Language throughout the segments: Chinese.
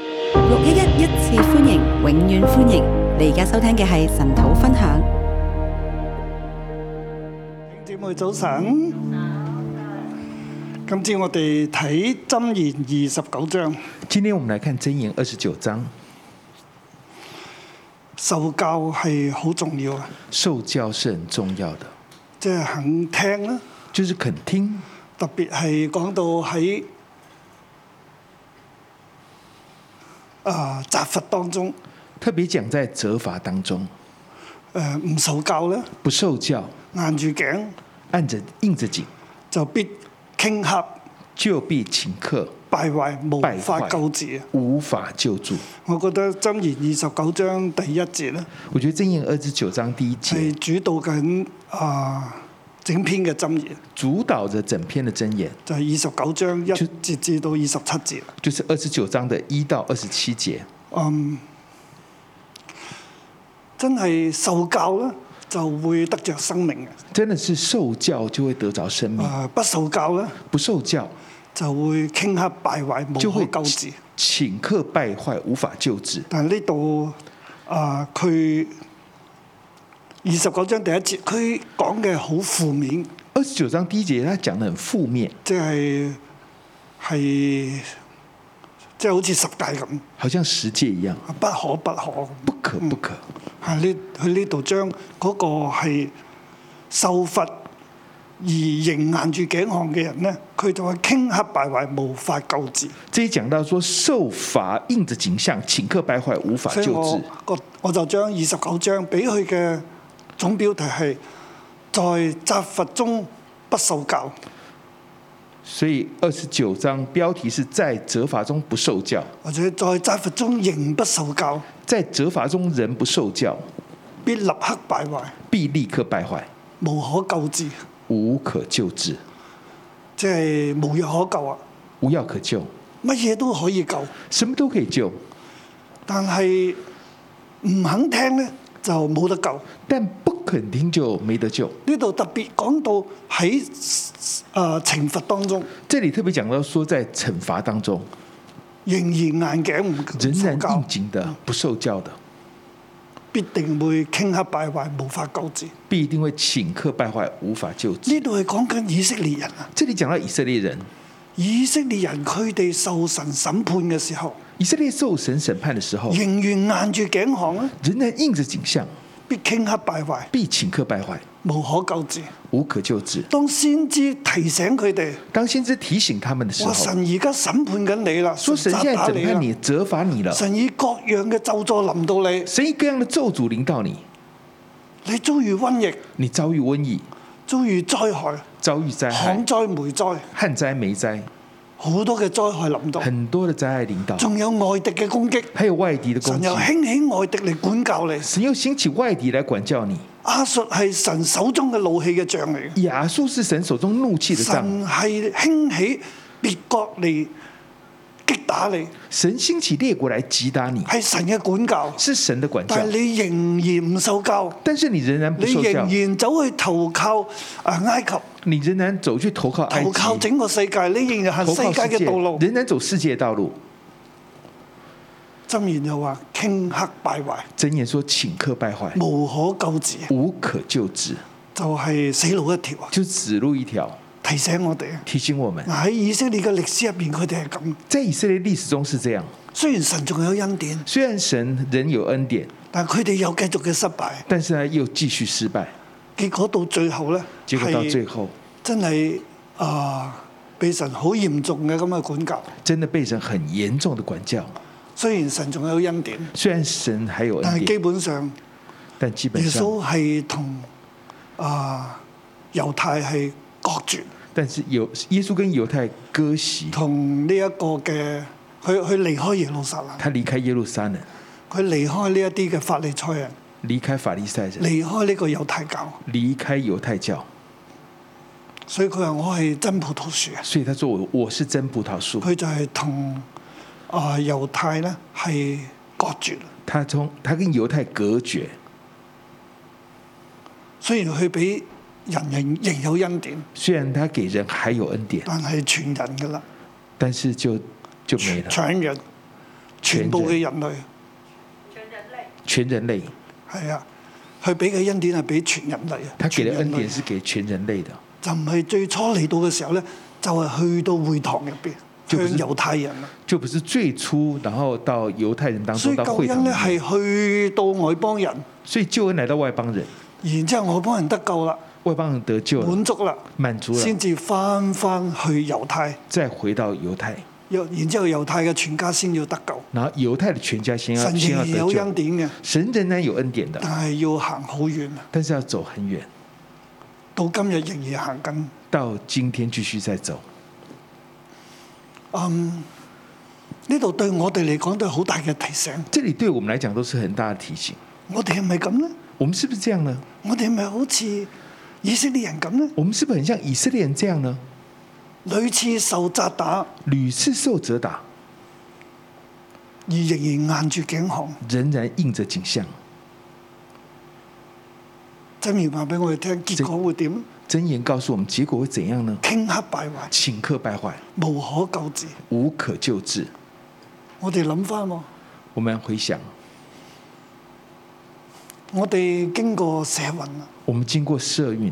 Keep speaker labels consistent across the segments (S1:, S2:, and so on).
S1: 一一一次歡迎，永遠歡迎！你而家收聽嘅係神土分享。
S2: 姐妹早晨，今朝我哋睇《箴言》二十九章，
S3: 今天我们来看箴言二十九章，
S2: 受教係好重要啊，
S3: 受教是很重要的，
S2: 即係肯聽啦。
S3: 就是肯听，
S2: 特別係講到喺啊責罰當中，誒、
S3: 特别讲在责罚当中，
S2: 唔受教咧，
S3: 不受教，
S2: 硬住頸
S3: 按着硬着颈，
S2: 就必傾刻
S3: 就必请客，
S2: 敗壞，無
S3: 敗壞
S2: 法救治啊！
S3: 无法救助。
S2: 我覺得《箴言》二十九章第一節咧
S3: 我觉得箴言二十九章第一
S2: 係
S3: 节
S2: 主導緊啊整篇嘅箴言。
S3: 主导着整篇的箴言，
S2: 就係二十九章一
S3: 就
S2: 節至到二十七節。
S3: 就是二十九章的一到二十七节，
S2: 嗯，真係受教咧，就會得着生命嘅；
S3: 真的是受教就会得着生命，
S2: 啊、不受教咧，
S3: 不受教
S2: 就會傾刻敗壞，
S3: 就
S2: 無
S3: 會
S2: 可救治。
S3: 请客败坏，无法救治。
S2: 但係呢度啊，佢二十九章第一節，佢講嘅好負面，
S3: 二十九章第一节他讲的很负面，
S2: 即係係即係好似十戒咁，
S3: 好像十诫一样，
S2: 不可不可。
S3: 不可不可。
S2: 係啊呢，佢呢度將嗰個係受罰而仍硬住頸項嘅人呢，佢就係傾刻敗壞，無法救治。
S3: 这一讲到说受罚应着景象，顷刻败坏，无法
S2: 所以
S3: 救
S2: 我
S3: 治。
S2: 我我就將二十九章俾佢嘅總標題係在責罰中不受教。
S3: 所以二十九章标题是在责罚中不受教，
S2: 或者在責罰中仍不受教，
S3: 在责罚中人不受教，
S2: 必立刻敗壞，
S3: 必立刻败坏，
S2: 無可救治，
S3: 无可救治，
S2: 即係無藥可救啊！
S3: 无药可救，
S2: 乜嘢都可以救，
S3: 什么都可以救，
S2: 但係唔肯聽呢，就冇得救。
S3: 但不肯听就没得救。
S2: 呢度特別講到喺誒、呃、懲罰當中，
S3: 这里特别讲到说，在惩罚当中，
S2: 仍然硬頸唔
S3: 仍然
S2: 受教
S3: 应，景的不受教的，
S2: 必定會傾刻敗壞，無法救治。
S3: 必定会顷刻败坏，无法救治。
S2: 呢度係講緊以色列人啊，
S3: 这里讲到以色列人，
S2: 以色列人佢哋受神審判嘅時候，
S3: 以色列受神审判的时候，
S2: 仍然硬住頸項咧，
S3: 仍然应着景象，
S2: 必傾刻敗壞，
S3: 必顷刻败坏，
S2: 無可救治。
S3: 无可救治。
S2: 當先知提醒佢哋，
S3: 当先知提醒他们的时
S2: 話
S3: 候，
S2: 神而家審判緊你啦，
S3: 说神
S2: 責
S3: 现在
S2: 打
S3: 审判
S2: 你
S3: 你、
S2: 啦，
S3: 责罚你了，
S2: 神以各樣嘅咒詛臨到你，
S3: 神以各样的咒诅临到你，
S2: 你遭遇瘟疫，
S3: 你遭遇瘟疫，
S2: 遭遇災害，
S3: 遭遇灾害
S2: 旱、災、梅災。
S3: 旱灾、梅灾，
S2: 好多嘅災害臨到，
S3: 很多的灾害临到，
S2: 仲有外敵嘅攻擊，
S3: 还有外敌的攻
S2: 神
S3: 击
S2: 又。興起外敵嚟管教你。
S3: 神又兴起外敌来管教你，
S2: 阿述係神手中嘅怒氣嘅杖嚟嘅，
S3: 亚述是神手中怒气的杖，
S2: 神係興起別國嚟擊打你，
S3: 神兴起列国来击打你，
S2: 係神嘅管教。
S3: 是神的管教
S2: 但係。你仍然唔受教，
S3: 但是你仍然不
S2: 你
S3: 受
S2: 仍
S3: 教，
S2: 然走去投靠啊埃及，
S3: 你仍然走去投靠埃
S2: 投
S3: 及，
S2: 靠整個世界，你仍然行
S3: 投
S2: 世
S3: 靠世
S2: 界嘅
S3: 界
S2: 道路，。
S3: 仍然走世界的道路。
S2: 箴言又話傾刻敗壞，
S3: 箴言说：“顷刻败坏，
S2: 無可救治，
S3: 无可救治。”
S2: 就係死路一條啊！
S3: 就指路一条，
S2: 提醒我哋啊！
S3: 提醒我们，
S2: 嗱喺以色列嘅歷史入邊，佢哋係咁。
S3: 在以色列历史中是這樣。
S2: 雖然神仲有恩典，
S3: 雖然神仍有恩典，
S2: 但係佢哋又繼續嘅失敗。
S3: 但是呢又繼續失敗，
S2: 結果到最後咧，
S3: 結果到
S2: 係
S3: 最後
S2: 真係啊、被神好嚴重嘅咁嘅管教。
S3: 真的被神很嚴重的管教。
S2: 雖然神仲有恩典，
S3: 雖然神還有
S2: 但
S3: 恩
S2: 係基
S3: 典，
S2: 本上
S3: 但基本
S2: 啊耶
S3: 上，
S2: 穌係同啊猶太係隔絕，
S3: 但是有耶穌跟猶太割席，
S2: 同呢一個嘅佢佢離開耶路撒冷，
S3: 他離開耶路撒冷，
S2: 佢離開呢一啲嘅法利賽人，
S3: 離開法利賽人，
S2: 離開呢個猶太教，
S3: 離開猶太教，
S2: 所以佢話我係真葡萄樹啊！
S3: 所以他說我我是真葡萄樹。
S2: 佢就係同啊猶太咧係割絕，
S3: 他從他跟猶太隔絕，
S2: 雖然佢俾人仍仍有恩典，
S3: 雖然他給人
S2: 啊
S3: 還有恩典，
S2: 但係全人噶啦，
S3: 但是就就沒了。
S2: 搶人全部嘅人類
S3: 全人类，
S2: 係啊，佢俾嘅恩典係俾全人類啊。
S3: 他给
S2: 全
S3: 的
S2: 人
S3: 恩典
S2: 類
S3: 是给全人类的，
S2: 就唔係最初嚟到嘅時候咧，就係、去到會堂入邊
S3: 就
S2: 向
S3: 不是
S2: 猶太人啊。
S3: 就不是最初，然后到猶太人當
S2: 所
S3: 中
S2: 以
S3: 到
S2: 救
S3: 会堂
S2: 恩
S3: 里
S2: 咧
S3: 面，
S2: 係去到外邦人，
S3: 所以救恩来到外邦人，
S2: 然之後外邦人得救啦，
S3: 外邦人得救了，
S2: 滿足啦，
S3: 满足
S2: 嗯先
S3: 了，
S2: 至翻翻去猶太，
S3: 再回到猶太，
S2: 又然之後猶太嘅全家先要得救。
S3: 然後猶太的全家先要
S2: 神仍
S3: 先要
S2: 然
S3: 得
S2: 有恩
S3: 救，
S2: 典嘅，
S3: 神仍然有恩典的，
S2: 但係要行好遠啊！
S3: 但是要走很遠，
S2: 到今日仍然行緊。
S3: 到今天繼續再走。
S2: 嗯，呢度對我哋嚟講都係好大嘅提醒。
S3: 这里對我們來講都是很大的提醒，
S2: 我哋係咪咁呢？
S3: 我們是不是這樣呢？
S2: 我哋係咪好似以色列人咁呢？
S3: 我們是不是很像以色列人這樣呢？
S2: 屢次受責打，
S3: 屢次受責打，
S2: 而仍然硬住頸項。
S3: 仍然印着景象。
S2: 真言話俾我哋聽，結果會點？
S3: 箴言告訴我們，結果會怎樣呢？
S2: 傾刻敗壞，
S3: 顷刻敗壞，
S2: 無可救治。
S3: 無可救治。
S2: 我哋諗翻，
S3: 我們回想，
S2: 我哋經過社運啊，
S3: 我們經過社運，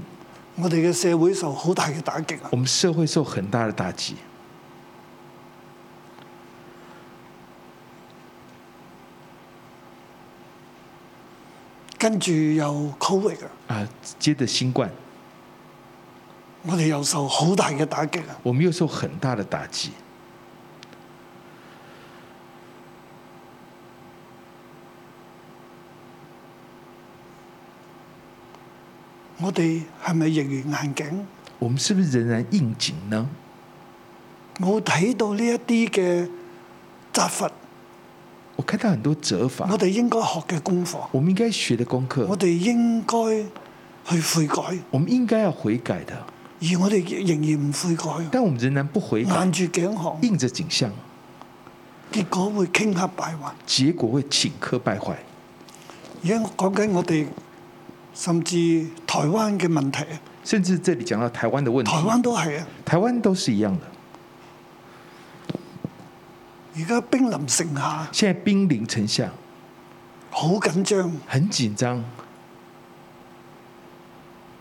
S2: 我哋嘅社會受好大嘅打擊啊
S3: 我。們社會受很大的打擊，
S2: 跟住又 Covid 啊，
S3: 啊，接着新冠，
S2: 我哋又受好大嘅打擊啊。
S3: 我們又受很大的打擊。
S2: 我哋係咪仍然硬頸？
S3: 我們是不是仍然應景呢？
S2: 冇睇到呢一啲嘅責罰，
S3: 我看到很多責
S2: 我
S3: 罰，
S2: 哋應該學嘅功課，
S3: 我們應該學的功課
S2: 我，哋應該去悔改，而
S3: 我們應該要悔改的，
S2: 我哋仍然唔悔改，
S3: 但我們仍然不悔改
S2: 硬，住頸項，
S3: 應着景象，
S2: 結果會傾刻敗壞。
S3: 結果會頃刻敗壞。
S2: 而家我講緊我哋甚至台灣嘅問題，啊
S3: 甚至這裡講到台灣的問題，
S2: 台灣都係啊！
S3: 台灣都是一樣的。
S2: 而家兵臨城下，
S3: 現在兵臨城下，
S2: 好緊張，
S3: 很緊張，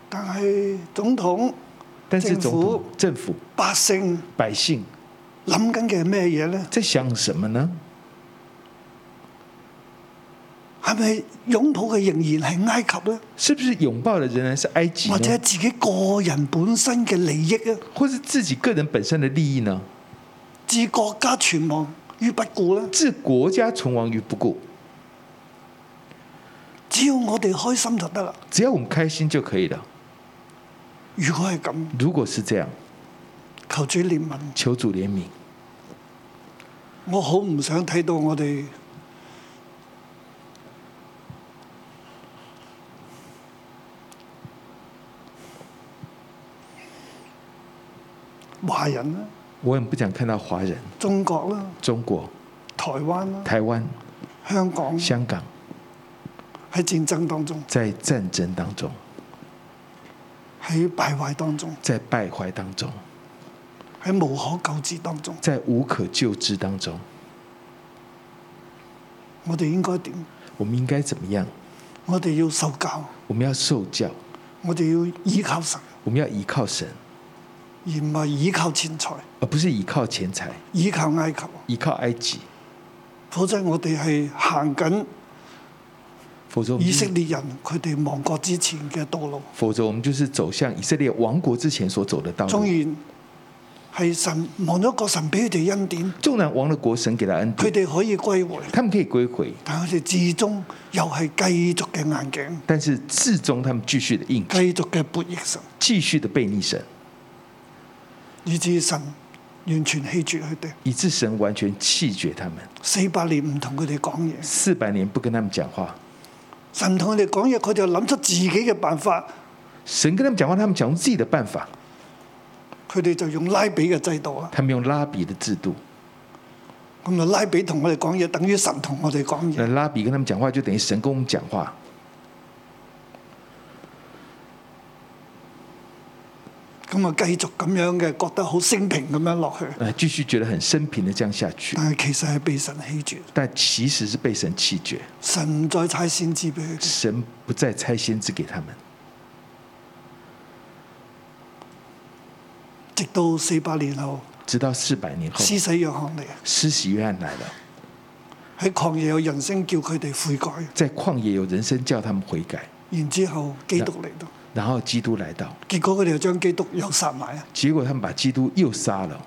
S2: 但係總統
S3: 但是總統
S2: 政府、
S3: 政府、
S2: 百姓
S3: 百姓
S2: 諗緊嘅係咩嘢呢？
S3: 在想什麼呢？
S2: 係咪擁抱嘅仍然係埃及呢？
S3: 是不是擁抱的仍然是埃及
S2: 或者
S3: 呢？
S2: 自己個人本身嘅利益啊，
S3: 或是自己個人本身的利益呢？
S2: 置國家存亡於不顧呢？
S3: 置國家存亡於不顧，
S2: 只要我哋開心就得啦。
S3: 只要我們開心就可以了。
S2: 如果係咁，
S3: 如果是這樣，
S2: 求主憐憫。
S3: 求主憐憫。
S2: 我好唔想睇到我哋華人啦、
S3: 我很不想看到華人、
S2: 中國啦、
S3: 中國、
S2: 台灣啦、
S3: 台灣、
S2: 香港喺
S3: 香港
S2: 戰爭當中，
S3: 在戰爭當中，
S2: 喺敗壞當中，
S3: 在敗壞當中，
S2: 喺無可救治當中，
S3: 在無可救治當中，
S2: 我哋應該點？
S3: 我們應該怎麼樣？
S2: 我哋要受教，
S3: 我們要受教，
S2: 我哋要依靠神，
S3: 我們要依靠神，
S2: 而唔係依靠錢財、
S3: 而不是依靠錢財、
S2: 依靠埃及。
S3: 依靠埃及。
S2: 否則我哋係行緊
S3: 否則我們
S2: 以
S3: 就
S2: 色
S3: 是，
S2: 列人佢哋亡國之前嘅道路。
S3: 否則我們就是走向以色列王國之前所走的道
S2: 縱
S3: 路。
S2: 然係神亡咗國，神俾佢哋恩典，
S3: 縱然亡了國，神給他恩
S2: 佢
S3: 典，
S2: 哋可以歸回，
S3: 他們可以歸回，
S2: 但佢哋至終又係繼續嘅硬頸，
S3: 但是至終他們繼續的硬，
S2: 繼續嘅悖逆神，
S3: 繼續的背逆神，
S2: 以致神完全棄絕佢哋。
S3: 以致神完全棄絕他們。
S2: 四百年唔同佢哋講嘢，
S3: 四百年不跟他們講話，
S2: 神同佢哋講嘢，佢哋就諗出自己嘅辦法，
S3: 神跟他們講話，他們講自己的辦法，
S2: 佢哋就用拉比嘅制度啦。
S3: 他們用拉比的制度。
S2: 咁就拉比同我哋講嘢，等於神同我哋講嘢
S3: 那。拉比跟他們講話，就等於神跟我們講話。
S2: 咁啊繼續咁樣嘅，覺得好升平咁樣落去，
S3: 呃，继续觉得很生平的這樣下去，
S2: 但係其實係被神棄絕，
S3: 但其實是被神棄絕，
S2: 神唔再差先知俾佢哋。
S3: 神不再差先知給他们，
S2: 直到四百年後，
S3: 直到四百年後，
S2: 施洗約翰嚟，
S3: 施洗约翰來了，
S2: 喺曠野有人聲叫佢哋悔改，
S3: 在旷野有人聲叫他們悔改，
S2: 然之後基督嚟到，
S3: 然後基督來到，
S2: 結果佢哋又將基督又殺埋啊！
S3: 結果他們把基督又殺了。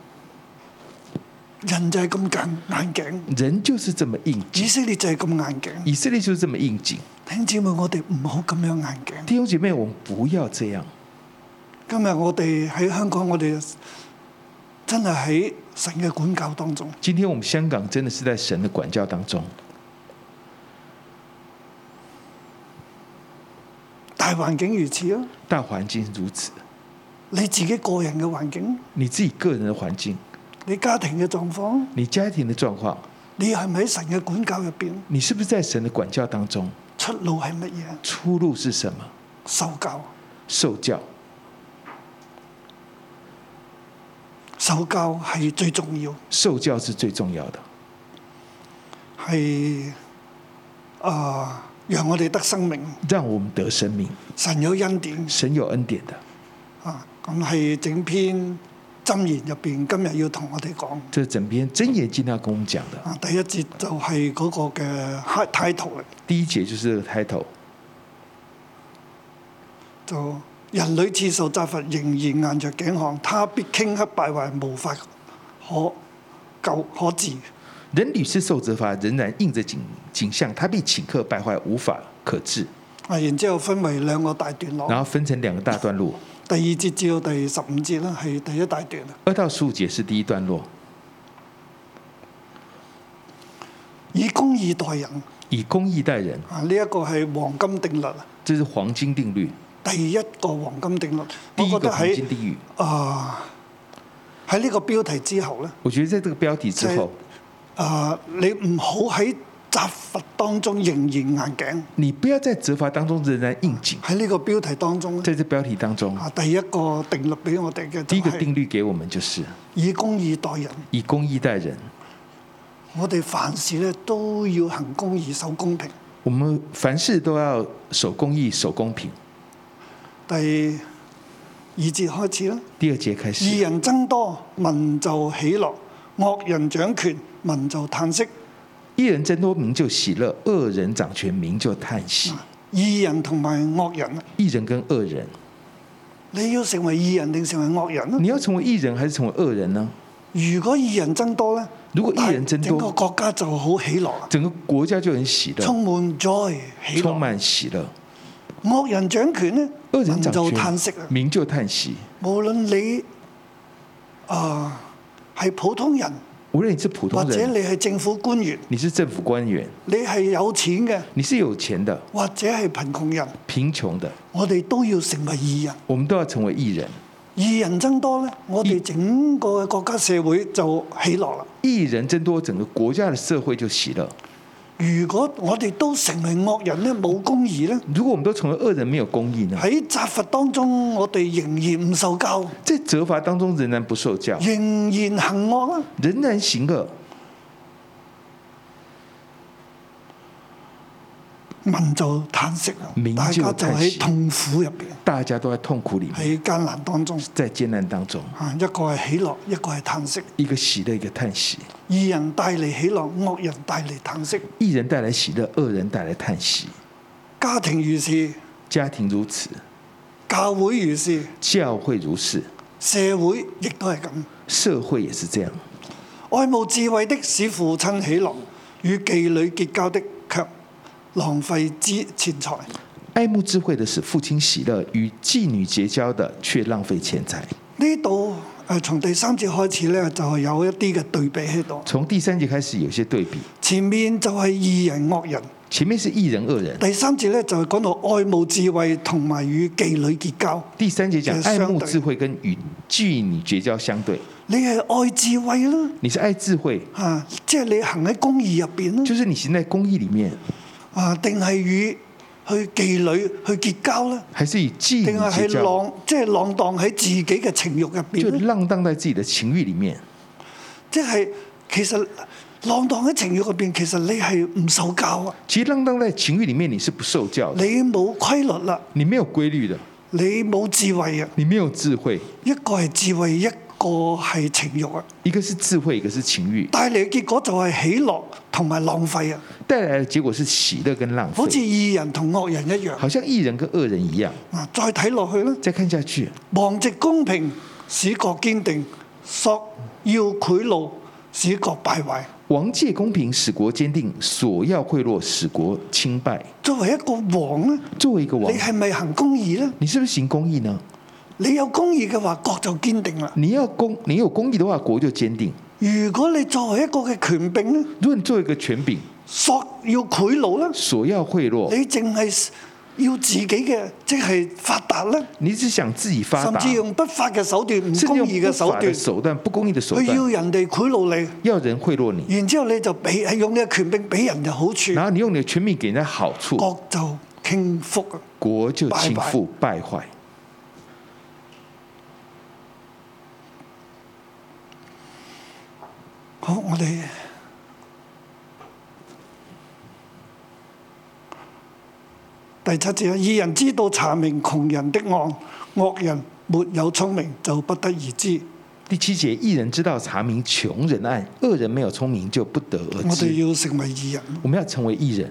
S2: 人就係咁硬硬頸，
S3: 人就是這麼應
S2: 以
S3: 景，
S2: 色列就係咁硬頸。
S3: 以色列就是這麼應景。
S2: 弟兄姊妹，我哋唔好咁樣硬頸。
S3: 弟兄姐妹，我們不要這樣。
S2: 今日我哋喺香港，我哋真係喺神嘅管教當中，
S3: 今天我們香港真的是在神的管教當中，
S2: 大環境如此啊！
S3: 大環境如此，
S2: 你自己個人嘅環境，
S3: 你自己個人的環境，
S2: 你家庭嘅狀況，
S3: 你家庭的狀況，
S2: 你係咪喺神嘅管教入邊？
S3: 你是不是在神的管教當中？
S2: 出路係乜嘢？
S3: 出路是什麼？
S2: 受教，
S3: 受教，
S2: 受教係最重要，
S3: 受教是最重要的，
S2: 係啊、讓我哋得生命。
S3: 讓我們得生命。
S2: 神有恩典
S3: 神有恩典的，
S2: 啊，咁係整篇箴言入邊，今日要同我哋講
S3: 這整篇箴言今天要跟我們講的。
S2: 啊。第一節就係嗰個嘅 title 嚟。
S3: 第一節就是這個 title，
S2: 就人類次受責罰，仍然硬着頸項，他必傾刻敗壞，無法可救可治。
S3: 人屢次受責罰，仍然應着景景象，他必顷刻敗壞，無法可治。
S2: 啊，然之後分為兩個大段落，
S3: 然後分成兩個大段落，
S2: 第二節至到第十五節啦，係第一大段啊。
S3: 二到十五節是第一段落，
S2: 以公義待人
S3: 以公義待人，
S2: 啊，呢、一個係黃金定律啊，
S3: 這是黃金定律，
S2: 第一個黃金定律。我
S3: 第一
S2: 覺
S3: 個
S2: 得
S3: 黃金
S2: 喺
S3: 定律。
S2: 啊喺呢個標題之後咧，
S3: 我覺得在這個標題之後，
S2: 啊你唔好喺責罰當中仍然硬頸。
S3: 你不要在責罰當中仍然應景。
S2: 喺呢個標題當中咧，
S3: 在這標題當中，
S2: 啊第一個定律俾我哋嘅
S3: 第
S2: 就
S3: 一個
S2: 係、
S3: 定律給我們就是
S2: 以公義待人，
S3: 以公義待人。
S2: 我哋凡事咧都要行公義、守公平。
S3: 我們凡事都要守公義、守公平。
S2: 第二節開始啦，
S3: 第二節開
S2: 義
S3: 始，
S2: 人增多，民就喜樂；惡人掌權，民就嘆息。
S3: 一人增多民就喜樂，二人掌權民就嘆息。
S2: 嗯義人同埋惡人，啊
S3: 一人跟二人，
S2: 你要成為義人定成為惡人咧？
S3: 你要成為一人還是成為二人呢？
S2: 如果義人增多咧，
S3: 如果義人增多
S2: 整個國家就好喜樂啊，
S3: 整個國家就很喜樂，
S2: 充滿 joy 喜
S3: 充
S2: 樂。
S3: 滿喜樂。
S2: 惡人掌權咧，
S3: 二
S2: 民
S3: 人掌
S2: 就嘆息
S3: 權
S2: 啊，。
S3: 民就嘆息。
S2: 無論你啊係、普通人。
S3: 無論你是普
S2: 或
S3: 通
S2: 者
S3: 人，
S2: 你係政府官員，
S3: 你是政府官員，
S2: 你係有錢嘅，
S3: 你是有錢的、
S2: 或者係貧窮人，
S3: 貧窮的，
S2: 我哋都要成為義人。
S3: 我們都要成為義人。
S2: 義人增多咧，我哋整個嘅國家社會就起落啦。
S3: 義人增多，整個國家的社會就喜樂。
S2: 如果我哋都成為惡人咧，冇公義咧，
S3: 如果我們都成為惡人，沒有公義呢？
S2: 喺責罰當中，我哋仍然唔受教，
S3: 在責罰當中仍然不受教，
S2: 仍然行惡啦。
S3: 仍然行惡，
S2: 民就嘆息啦
S3: 民，就
S2: 大家就
S3: 嘆
S2: 喺
S3: 息
S2: 痛苦入邊，
S3: 大家都在痛苦裡面，
S2: 喺艱難當中。
S3: 在艱難當中，
S2: 啊，一個係喜樂，一個係嘆息。
S3: 一個喜樂，一個嘆息。
S2: 義人帶嚟喜樂，惡人帶嚟嘆息。
S3: 義人帶來喜樂，惡人帶來嘆息。
S2: 家庭如是，
S3: 家庭如此，
S2: 教會如是，
S3: 教會如是，
S2: 社會亦都係咁。
S3: 社會也是這樣。
S2: 愛慕智慧的使父親喜樂，與妓女結交的卻浪費之錢財。
S3: 愛慕智慧的使父親喜樂，與妓女結交的卻浪費錢財。
S2: 呢度誒從第三節開始咧，就係有一啲嘅對比喺度。
S3: 從第三節開始有些對比，
S2: 前面就係義人惡人，
S3: 前面是義人惡人，
S2: 第三節咧就係講到愛慕智慧同埋與妓女結交。
S3: 第三節
S2: 也
S3: 講
S2: 相
S3: 愛
S2: 對
S3: 慕智慧跟與妓女絕交相對。
S2: 你係愛智慧啦，
S3: 你是愛智慧，
S2: 啊，即係你行喺公義入邊啦，
S3: 就是你行在公義裡面，
S2: 啊，定係與去妓女去結交呢？
S3: 还是以妓
S2: 定
S3: 女
S2: 係
S3: 结
S2: 係
S3: 交，
S2: 浪即係浪蕩喺自己嘅情欲入
S3: 就
S2: 邊呢？
S3: 浪荡在自己的情欲里面。
S2: 即係其實浪蕩喺情欲入邊，其實你係唔受教啊，
S3: 其实浪荡在情欲里面，你是不受教的，
S2: 你冇規律啦，
S3: 你没有规律的，
S2: 你冇智慧啊。
S3: 你没有智慧。
S2: 一個係智慧，一個係情欲啊，
S3: 一個是智慧，一個是情欲，
S2: 帶嚟嘅結果就係喜樂同埋浪費啊，
S3: 帶來的結果是喜樂跟浪
S2: 好似
S3: 費，
S2: 義人同惡人一樣。
S3: 好像義人跟惡人一樣。
S2: 嗱，再睇落去咧，
S3: 再看下去，
S2: 忘直公平，使國堅定；索要賄賂，使國敗壞。
S3: 王借公平，使國堅定；索要賄賂，使國清敗。
S2: 作為一個王咧，
S3: 作為一個王
S2: 你，係咪行公義咧？
S3: 你是不是行公義呢？
S2: 你有公義嘅話，國就堅定啦。
S3: 你要公，你有公義的話，國就堅定；
S2: 如果你作為一個嘅權柄咧，
S3: 如果你作為一個權柄，
S2: 索要賄賂咧，
S3: 索要賄賂，
S2: 你淨係要自己嘅，即係發達咧。
S3: 你只想自己發
S2: 甚
S3: 達，
S2: 至
S3: 甚
S2: 用不法嘅手段、唔
S3: 至
S2: 公
S3: 用
S2: 義嘅
S3: 不
S2: 手
S3: 法
S2: 段，哎
S3: 的手段、不公義的手
S2: 佢要
S3: 段，
S2: 人哋賄賂
S3: 要人賄賂你，
S2: 你，然之後你就俾係用你嘅權柄俾人嘅好處，
S3: 然後你用你的權柄給人家好處，
S2: 國就傾覆啊！
S3: 國就傾覆敗壞。
S2: 好，我哋第七節啊，義人知道查明窮人的案，惡人沒有聰明就不得而知。
S3: 第七节，一人知道查明穷人案，恶人没有聰明就不得而
S2: 我
S3: 知。
S2: 哋要成為義人，
S3: 我们要成为一人，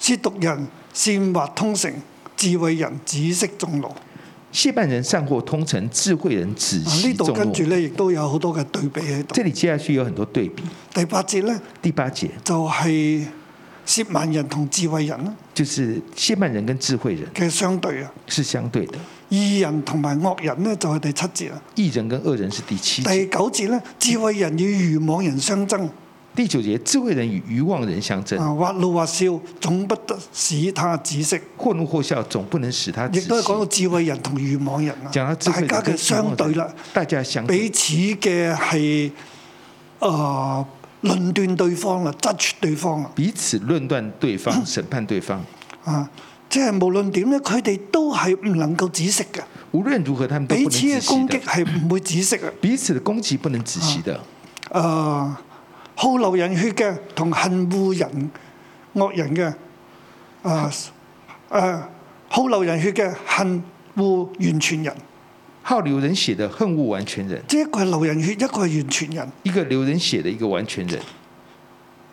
S2: 褻瀆人煽惑通城，智慧人止息眾怒。
S3: 谢半人善或通城，智慧人止
S2: 啊
S3: 息
S2: 呢度
S3: 众
S2: 跟
S3: 怒
S2: 住。咧，亦都有好多嘅對比喺度。
S3: 这里接下去有很多对比。
S2: 第八節咧
S3: 第八节
S2: 就係、涉萬人同智慧人啦
S3: 就是谢半人跟智慧人
S2: 嘅相對啊，
S3: 是相对的，
S2: 義人同埋惡人咧就係第七節啦。
S3: 一人跟恶人是第七
S2: 第
S3: 节。
S2: 九節咧，智慧人與愚妄人相爭，
S3: 第九节，智慧人与愚妄人相争，
S2: 啊或怒或笑，總不得使他止息。
S3: 或怒或笑，总不能使他止
S2: 亦
S3: 息
S2: 都。係講到智慧人同愚妄人啊，
S3: 讲到智慧人
S2: 大家嘅
S3: 跟愚妄
S2: 相
S3: 人嗯
S2: 對啦，，
S3: 大家相
S2: 彼
S3: 对，
S2: 此嘅係誒論斷對方啦，judge 對方啦，
S3: 彼此论断对方，
S2: 嗯
S3: 审判对方。
S2: 啊，即係無論點咧，佢哋都係唔能夠止息嘅，
S3: 无论如何，他们都不
S2: 彼
S3: 能
S2: 此
S3: 止
S2: 嘅
S3: 息
S2: 攻啊
S3: 的
S2: 擊。係唔會止息啊。
S3: 彼此的攻击不能止息的。
S2: 誒、呃好流人血嘅同恨惡人惡人嘅，誒、誒、好流人血嘅恨惡完全人，
S3: 好流人血的恨恶完全人，
S2: 即係一個係流人血，一個係完全人，誒、
S3: 一个流人血的，一个完全人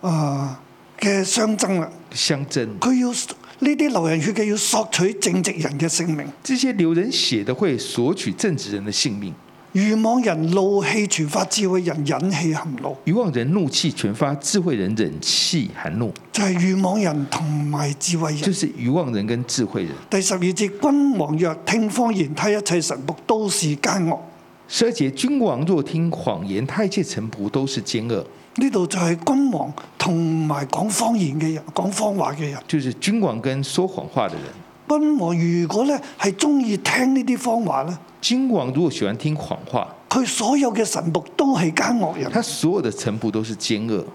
S2: 呃嘅相爭啦。
S3: 相争。
S2: 佢要呢啲流人血嘅要索取正直人嘅性命，
S3: 这些流人血的会索取正直人的性命，
S2: 愚妄人怒氣傳發智慧人忍氣含怒，
S3: 愚妄人怒气全发，智慧人忍气含怒，
S2: 就係、愚妄人同埋智慧
S3: 就
S2: 人。
S3: 是愚妄人跟智慧人。
S2: 第十二節，君王若聽方言，他一切神仆都是奸惡。
S3: 十二节，君王若听谎言，他一切臣仆都是奸恶。
S2: 呢度就係君王同埋講方言嘅人，講方話嘅人。
S3: 就是君王跟说谎话的人。
S2: 君王如果咧係中意聽呢啲方話咧，
S3: 君王如果喜欢听谎话，
S2: 佢所有嘅神仆都係奸惡人。
S3: 他所有的臣仆都是奸恶。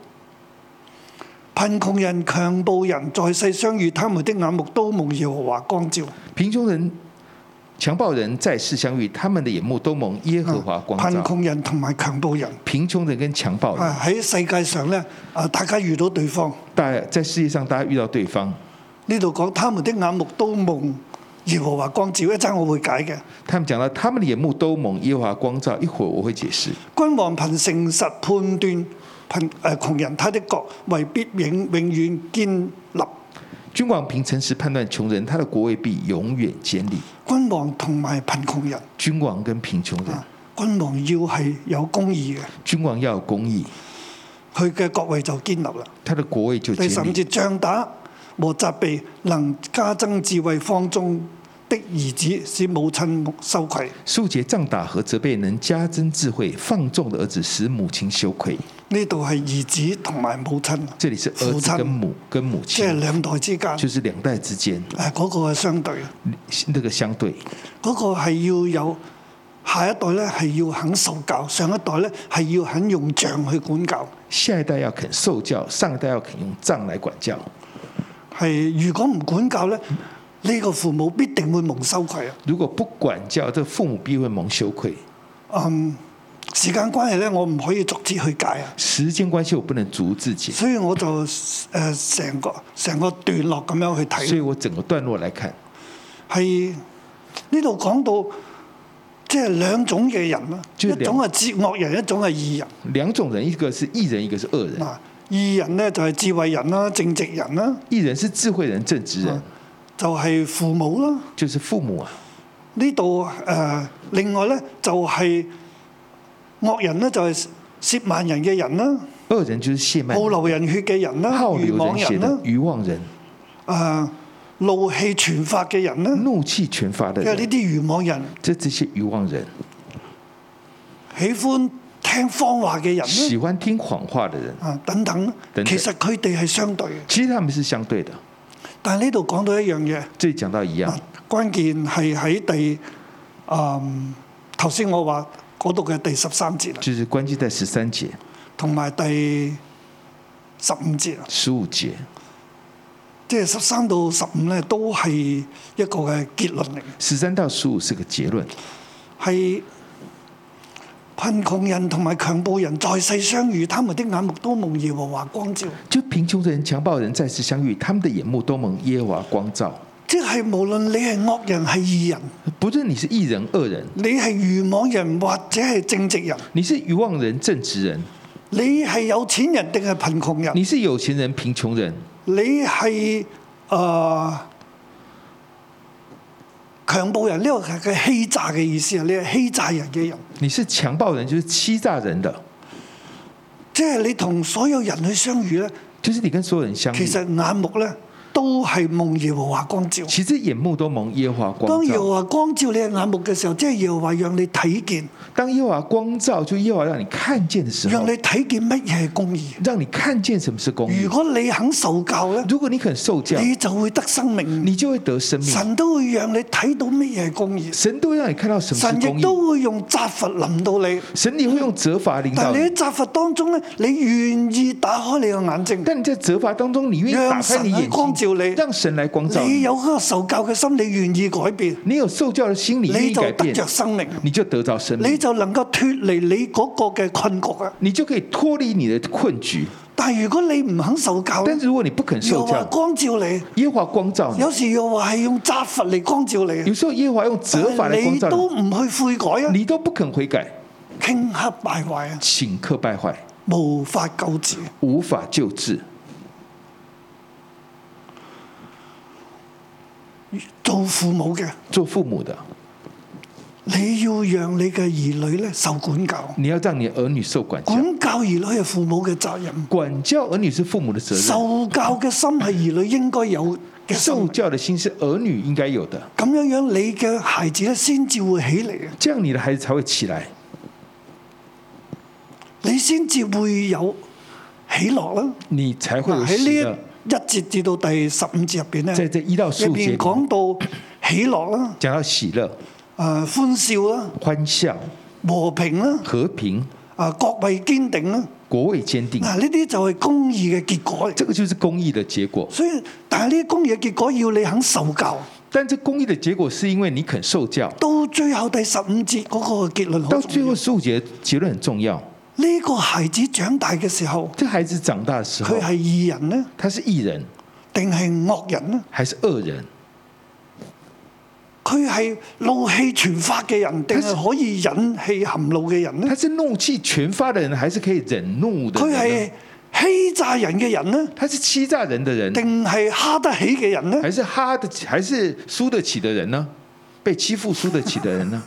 S2: 貧窮人、強暴人在世相遇，他們的眼目都蒙耶和華光照。
S3: 贫穷人、强暴人在世相遇，他们的眼目都蒙耶和华
S2: 嗯
S3: 光
S2: 貧
S3: 照。
S2: 窮人同埋強暴人
S3: 贫穷人跟强暴人，
S2: 啊喺世界上咧啊，大家遇到對方，
S3: 大家在世界上大家遇到对方，
S2: 呢度講他們的眼目都蒙耶和華光照。一陣我會解嘅。
S3: 他们讲到他们的眼目都蒙耶和华光照。一会儿我会解释。
S2: 君王憑誠實判斷貧誒窮人，他的國為必永永遠堅立。
S3: 君王凭诚实判断穷人，他的国位必永远坚立。
S2: 君王同埋貧窮人，
S3: 君王跟贫穷人
S2: 啊，君王要係有公義嘅，
S3: 君王要有公义，
S2: 佢嘅國位就堅立啦。
S3: 他的国位就
S2: 第十
S3: 坚
S2: 五
S3: 立。
S2: 節，仗打和責備能加增智慧方中的兒子，使母親羞愧。
S3: 数节杖打和责备能加增智慧，放纵的儿子使母亲羞愧。
S2: 呢度係兒子同埋母親，
S3: 这里是儿
S2: 父
S3: 子
S2: 親
S3: 跟母跟母
S2: 即
S3: 亲
S2: 係，兩代之間，
S3: 就
S2: 誒
S3: 是兩代之间
S2: 嗰個係相對嘅，
S3: 那个相对。
S2: 嗰個係要有下一代咧係要肯受教，上一代咧係要肯用杖去管教。
S3: 下一代要肯受教，上一代要肯用杖来管教。
S2: 係如果唔管教咧，呢個父母必定會蒙羞愧啊！
S3: 如果不管教，这父母必会蒙羞愧。
S2: 嗯，時間關係咧，我唔可以逐節去解啊，
S3: 时间关系，我不能逐字解，
S2: 所以我就誒成、個成個段落咁樣去
S3: 所以
S2: 睇，
S3: 我整个段落来看，
S2: 係呢度講到即係兩種嘅人啦，
S3: 即係
S2: 一種係節惡人，一種係義人。
S3: 两种人，一个是义人，一个是恶人。
S2: 嗱，義人咧就係智慧人啦、正直人啦，
S3: 义人是智慧人、正直人
S2: 嗯，就係、父母啦。
S3: 就是父母啊。
S2: 呢度誒，另外咧就係、惡人咧就係、褻慢人嘅人啦，
S3: 恶人就是亵慢人、
S2: 好流人血嘅人啦，
S3: 好
S2: 愚
S3: 流
S2: 妄
S3: 人血
S2: 人啦
S3: 的，愚妄人、
S2: 誒、怒氣全發嘅人啦，
S3: 啊怒气全发的
S2: 因為呢
S3: 人，
S2: 啲愚妄人
S3: 这这些愚妄人，
S2: 喜歡聽謊話嘅人
S3: 喜
S2: 啦，
S3: 欢听谎话的人，
S2: 啊等等，
S3: 等等
S2: 其實佢哋係相對嘅，
S3: 其实他们是相对的。
S2: 但係呢度講到一樣嘢。
S3: 这里讲到一样，
S2: 啊關鍵係喺第嗯頭先我話嗰度嘅第十三節啦，
S3: 就是关键在十三节、
S2: 同埋第十五節啊，
S3: 十五节，
S2: 即係十三到十五咧都係一個嘅結論嚟嘅，
S3: 十三到十五是个结论，
S2: 係貧窮人同埋強暴人在世相遇，他們的眼目都蒙耶和華光照，
S3: 就贫穷人、强暴人再次相遇，他们的眼目都蒙耶和华光照。
S2: 即係無論你係惡人係義人，
S3: 不论你是义人、恶人，
S2: 你係愚妄人或者係正直人，
S3: 你是愚妄人、正直人，
S2: 你係有錢人定係貧窮人。
S3: 你是有钱人、贫穷人，
S2: 你係誒、呃、強暴人呢個係佢欺詐嘅意思啊！你係欺詐人嘅人，
S3: 你是强暴人，就是欺诈人的，
S2: 即係你同所有人去相遇咧，
S3: 就是你跟所有人相遇
S2: 其，實眼目咧都係蒙耶和華光照。
S3: 其实眼目都蒙耶和华
S2: 當
S3: 光
S2: 耶和
S3: 照。
S2: 華光照你嘅眼目嘅時候，即係耶和華讓你睇見，
S3: 当耶和华光照，就耶和华让你看见的时
S2: 讓
S3: 候
S2: 你，睇見乜嘢係公義。
S3: 让你看见什么是公义
S2: 如。果你肯受教咧，
S3: 如果你肯受教，
S2: 你就會得生命。
S3: 你就会得生命。
S2: 神都會讓你睇到乜嘢係公義，
S3: 神都会让你看到什么
S2: 神
S3: 是公
S2: 亦
S3: 义，
S2: 都會用責罰臨到你。
S3: 神你会用责罚领导
S2: 但你喺
S3: 你。
S2: 責罰當中咧，你願意打開你嘅眼睛，
S3: 但你在责罚当中，你愿意打
S2: 讓
S3: 开
S2: 神
S3: 你
S2: 去
S3: 眼
S2: 光
S3: 睛，
S2: 照你，
S3: 让神来光照
S2: 你
S3: 你。
S2: 有嗰個受教嘅心，你願意改變，
S3: 你有受教的心理，愿
S2: 你
S3: 意
S2: 就
S3: 改
S2: 得
S3: 变，
S2: 着生命，
S3: 你就得着生
S2: 你
S3: 命，
S2: 就能夠脱離你嗰個嘅困局啊！
S3: 你就可以脱离你的困局。
S2: 但係如果你唔肯受教，
S3: 但是如果你不肯
S2: 又
S3: 受
S2: 話
S3: 教，
S2: 光照你，
S3: 耶和华光照你。
S2: 啊有時又話係用責罰嚟光照你，
S3: 有时候耶和华用责罚
S2: 但
S3: 来
S2: 係
S3: 光
S2: 啊你
S3: 照
S2: 都
S3: 你，
S2: 唔去悔改啊，
S3: 你都不肯悔改，
S2: 傾刻敗壞啊，
S3: 顷刻败坏，
S2: 無法救治。
S3: 无法救治。
S2: 做父母嘅，
S3: 做父母的，
S2: 你要讓你嘅兒女咧受管教。
S3: 你要让你的儿女受管教。
S2: 管教兒女係父母嘅責任，
S3: 管教儿女是父母的责任，
S2: 受教嘅心係兒女應該有嘅心
S3: 受。教的心是儿女应该有的，
S2: 咁樣樣，你嘅孩子咧先至會起嚟嘅，
S3: 这样你的孩子才会起来，
S2: 你先至會有喜樂啦。
S3: 你才会有
S2: 嗱
S3: 喜
S2: 喺呢
S3: 乐。
S2: 一一節至到第十五節入邊
S3: 在
S2: 咧，
S3: 这一到十
S2: 入
S3: 五节
S2: 邊
S3: 里
S2: 講到喜樂啦、
S3: 讲到喜乐、
S2: 誒、歡笑啦、
S3: 欢笑、
S2: 和平啦、
S3: 和平、
S2: 啊國位堅定啦，
S3: 国位坚定，
S2: 嗱呢啲就係公義嘅結果嚟
S3: 这。个就是公益的结果。
S2: 所以，但係呢啲公義嘅結果要你肯受教，
S3: 但这公益的结果是因为你肯受教。
S2: 到最後第十五節嗰個結論好
S3: 到
S2: 重
S3: 最
S2: 要
S3: 后。十五节结论很重要。
S2: 呢個孩子長大嘅時候，
S3: 这孩子长大的时候
S2: 佢，係義人呢，
S3: 他是艺人
S2: 定係惡人呢？
S3: 还是恶人？
S2: 佢係怒氣全發嘅人，定係可以忍氣含怒嘅人
S3: 他
S2: 呢？
S3: 是怒气全发的人，还是可以忍怒的
S2: 佢
S3: 人
S2: 係
S3: 呢？
S2: 欺詐人嘅人呢？
S3: 他是欺诈人的人，
S2: 定係蝦得起嘅人呢？
S3: 还是哈得起，还是输得起的人呢？被欺负输得起的人 呢？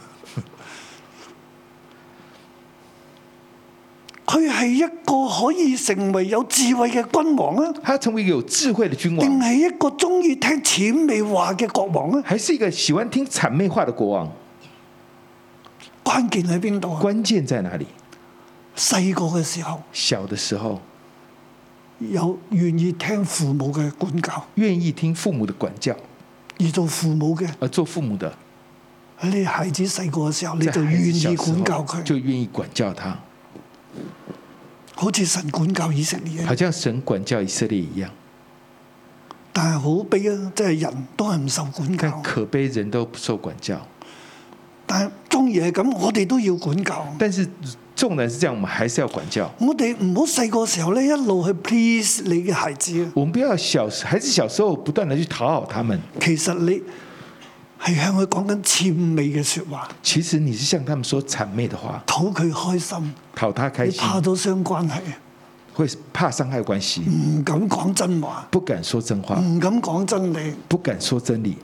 S2: 佢係一個可以成為有智慧嘅君王啊，
S3: 他成為一個有智慧的君
S2: 定
S3: 王，
S2: 係一個中意聽谄媚話嘅國王啊？
S3: 还是一個喜歡聽谄媚話的國王？
S2: 關鍵喺邊度啊？
S3: 關鍵在哪裡？
S2: 細個嘅時候
S3: 小的時候
S2: 有願意聽父母嘅管教，
S3: 願意聽父母的管教，
S2: 而做父母嘅
S3: 而做父母的
S2: 喺你孩子細個嘅時候，你
S3: 在
S2: 就
S3: 孩子
S2: 願
S3: 小
S2: 意
S3: 時
S2: 管教
S3: 候就
S2: 佢，
S3: 願意管教他，
S2: 好似神管教以色列一樣
S3: 好像神管教以色列一樣。
S2: 但係好悲啊！即係人都係唔受管
S3: 但
S2: 教，
S3: 可悲人都不受管教。
S2: 但係中意係咁，我哋都要管教。
S3: 但是纵然是这样，我们还是要管教。
S2: 我哋唔好細個時候咧，一路去 please 你嘅孩子啊。
S3: 我们不要小孩子小时候不断的去讨好他们，
S2: 其實你係向佢講緊谄媚嘅説話，
S3: 其实你是向他們说谄媚的話，
S2: 討佢開心，
S3: 討他開
S2: 你
S3: 心，
S2: 怕到傷關係，啊
S3: 會怕傷害關係，
S2: 唔敢講真話，
S3: 不敢說真話，
S2: 唔敢講真理，
S3: 不敢說真理，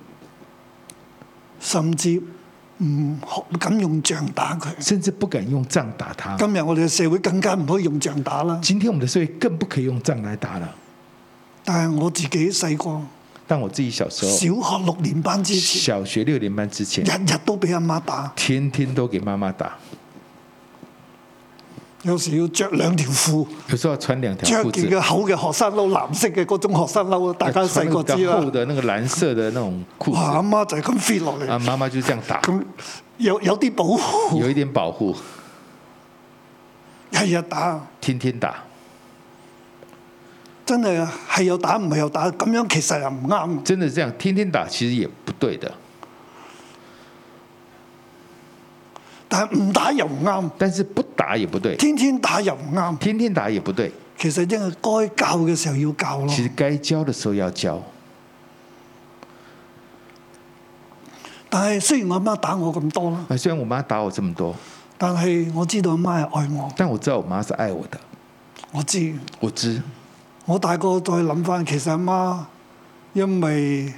S2: 甚至唔學唔敢用杖打佢。
S3: 甚至不敢用杖打他。
S2: 今日我哋嘅社會更加唔可以用杖打啦。
S3: 今天我們的社會更不可以用杖來打了。
S2: 但係我自己細個
S3: 但我自己小時
S2: 小
S3: 候，
S2: 學六年班之前，
S3: 小學六年班之前，
S2: 日日都俾阿媽打，
S3: 天天都給媽媽打，
S2: 有時要着兩條褲，
S3: 有時候要穿兩條
S2: 着
S3: 褲
S2: 件
S3: 子，
S2: 嘅厚嘅學生褸，藍色嘅嗰種學生褸，大家
S3: 穿
S2: 細
S3: 那
S2: 個
S3: 個比
S2: 知
S3: 較厚
S2: 啦。
S3: 的那個藍色的那種褲
S2: 哇！阿
S3: 子，
S2: 媽就係咁 fit 落
S3: 啊，
S2: 嚟，
S3: 媽媽就這樣打，
S2: 咁有有啲保護，
S3: 有一點保護，
S2: 日日打，
S3: 天天打，
S2: 真係係又打唔係又打，咁樣其實又唔啱。
S3: 真的這樣天天打其實也不對的。
S2: 但係唔打又唔啱，
S3: 但是不打也不对，
S2: 天天打又唔啱。
S3: 天天打也不对。
S2: 其實應該該教嘅時候要教咯
S3: 其。实该教的时候要教，
S2: 但係雖然我阿媽打我咁多啦，
S3: 啊，虽然我妈打我這麼多，
S2: 但係我知道阿媽係愛我，
S3: 但我知道我妈是愛我的，
S2: 我知。
S3: 我知。
S2: 我大個再諗翻，其實阿媽因為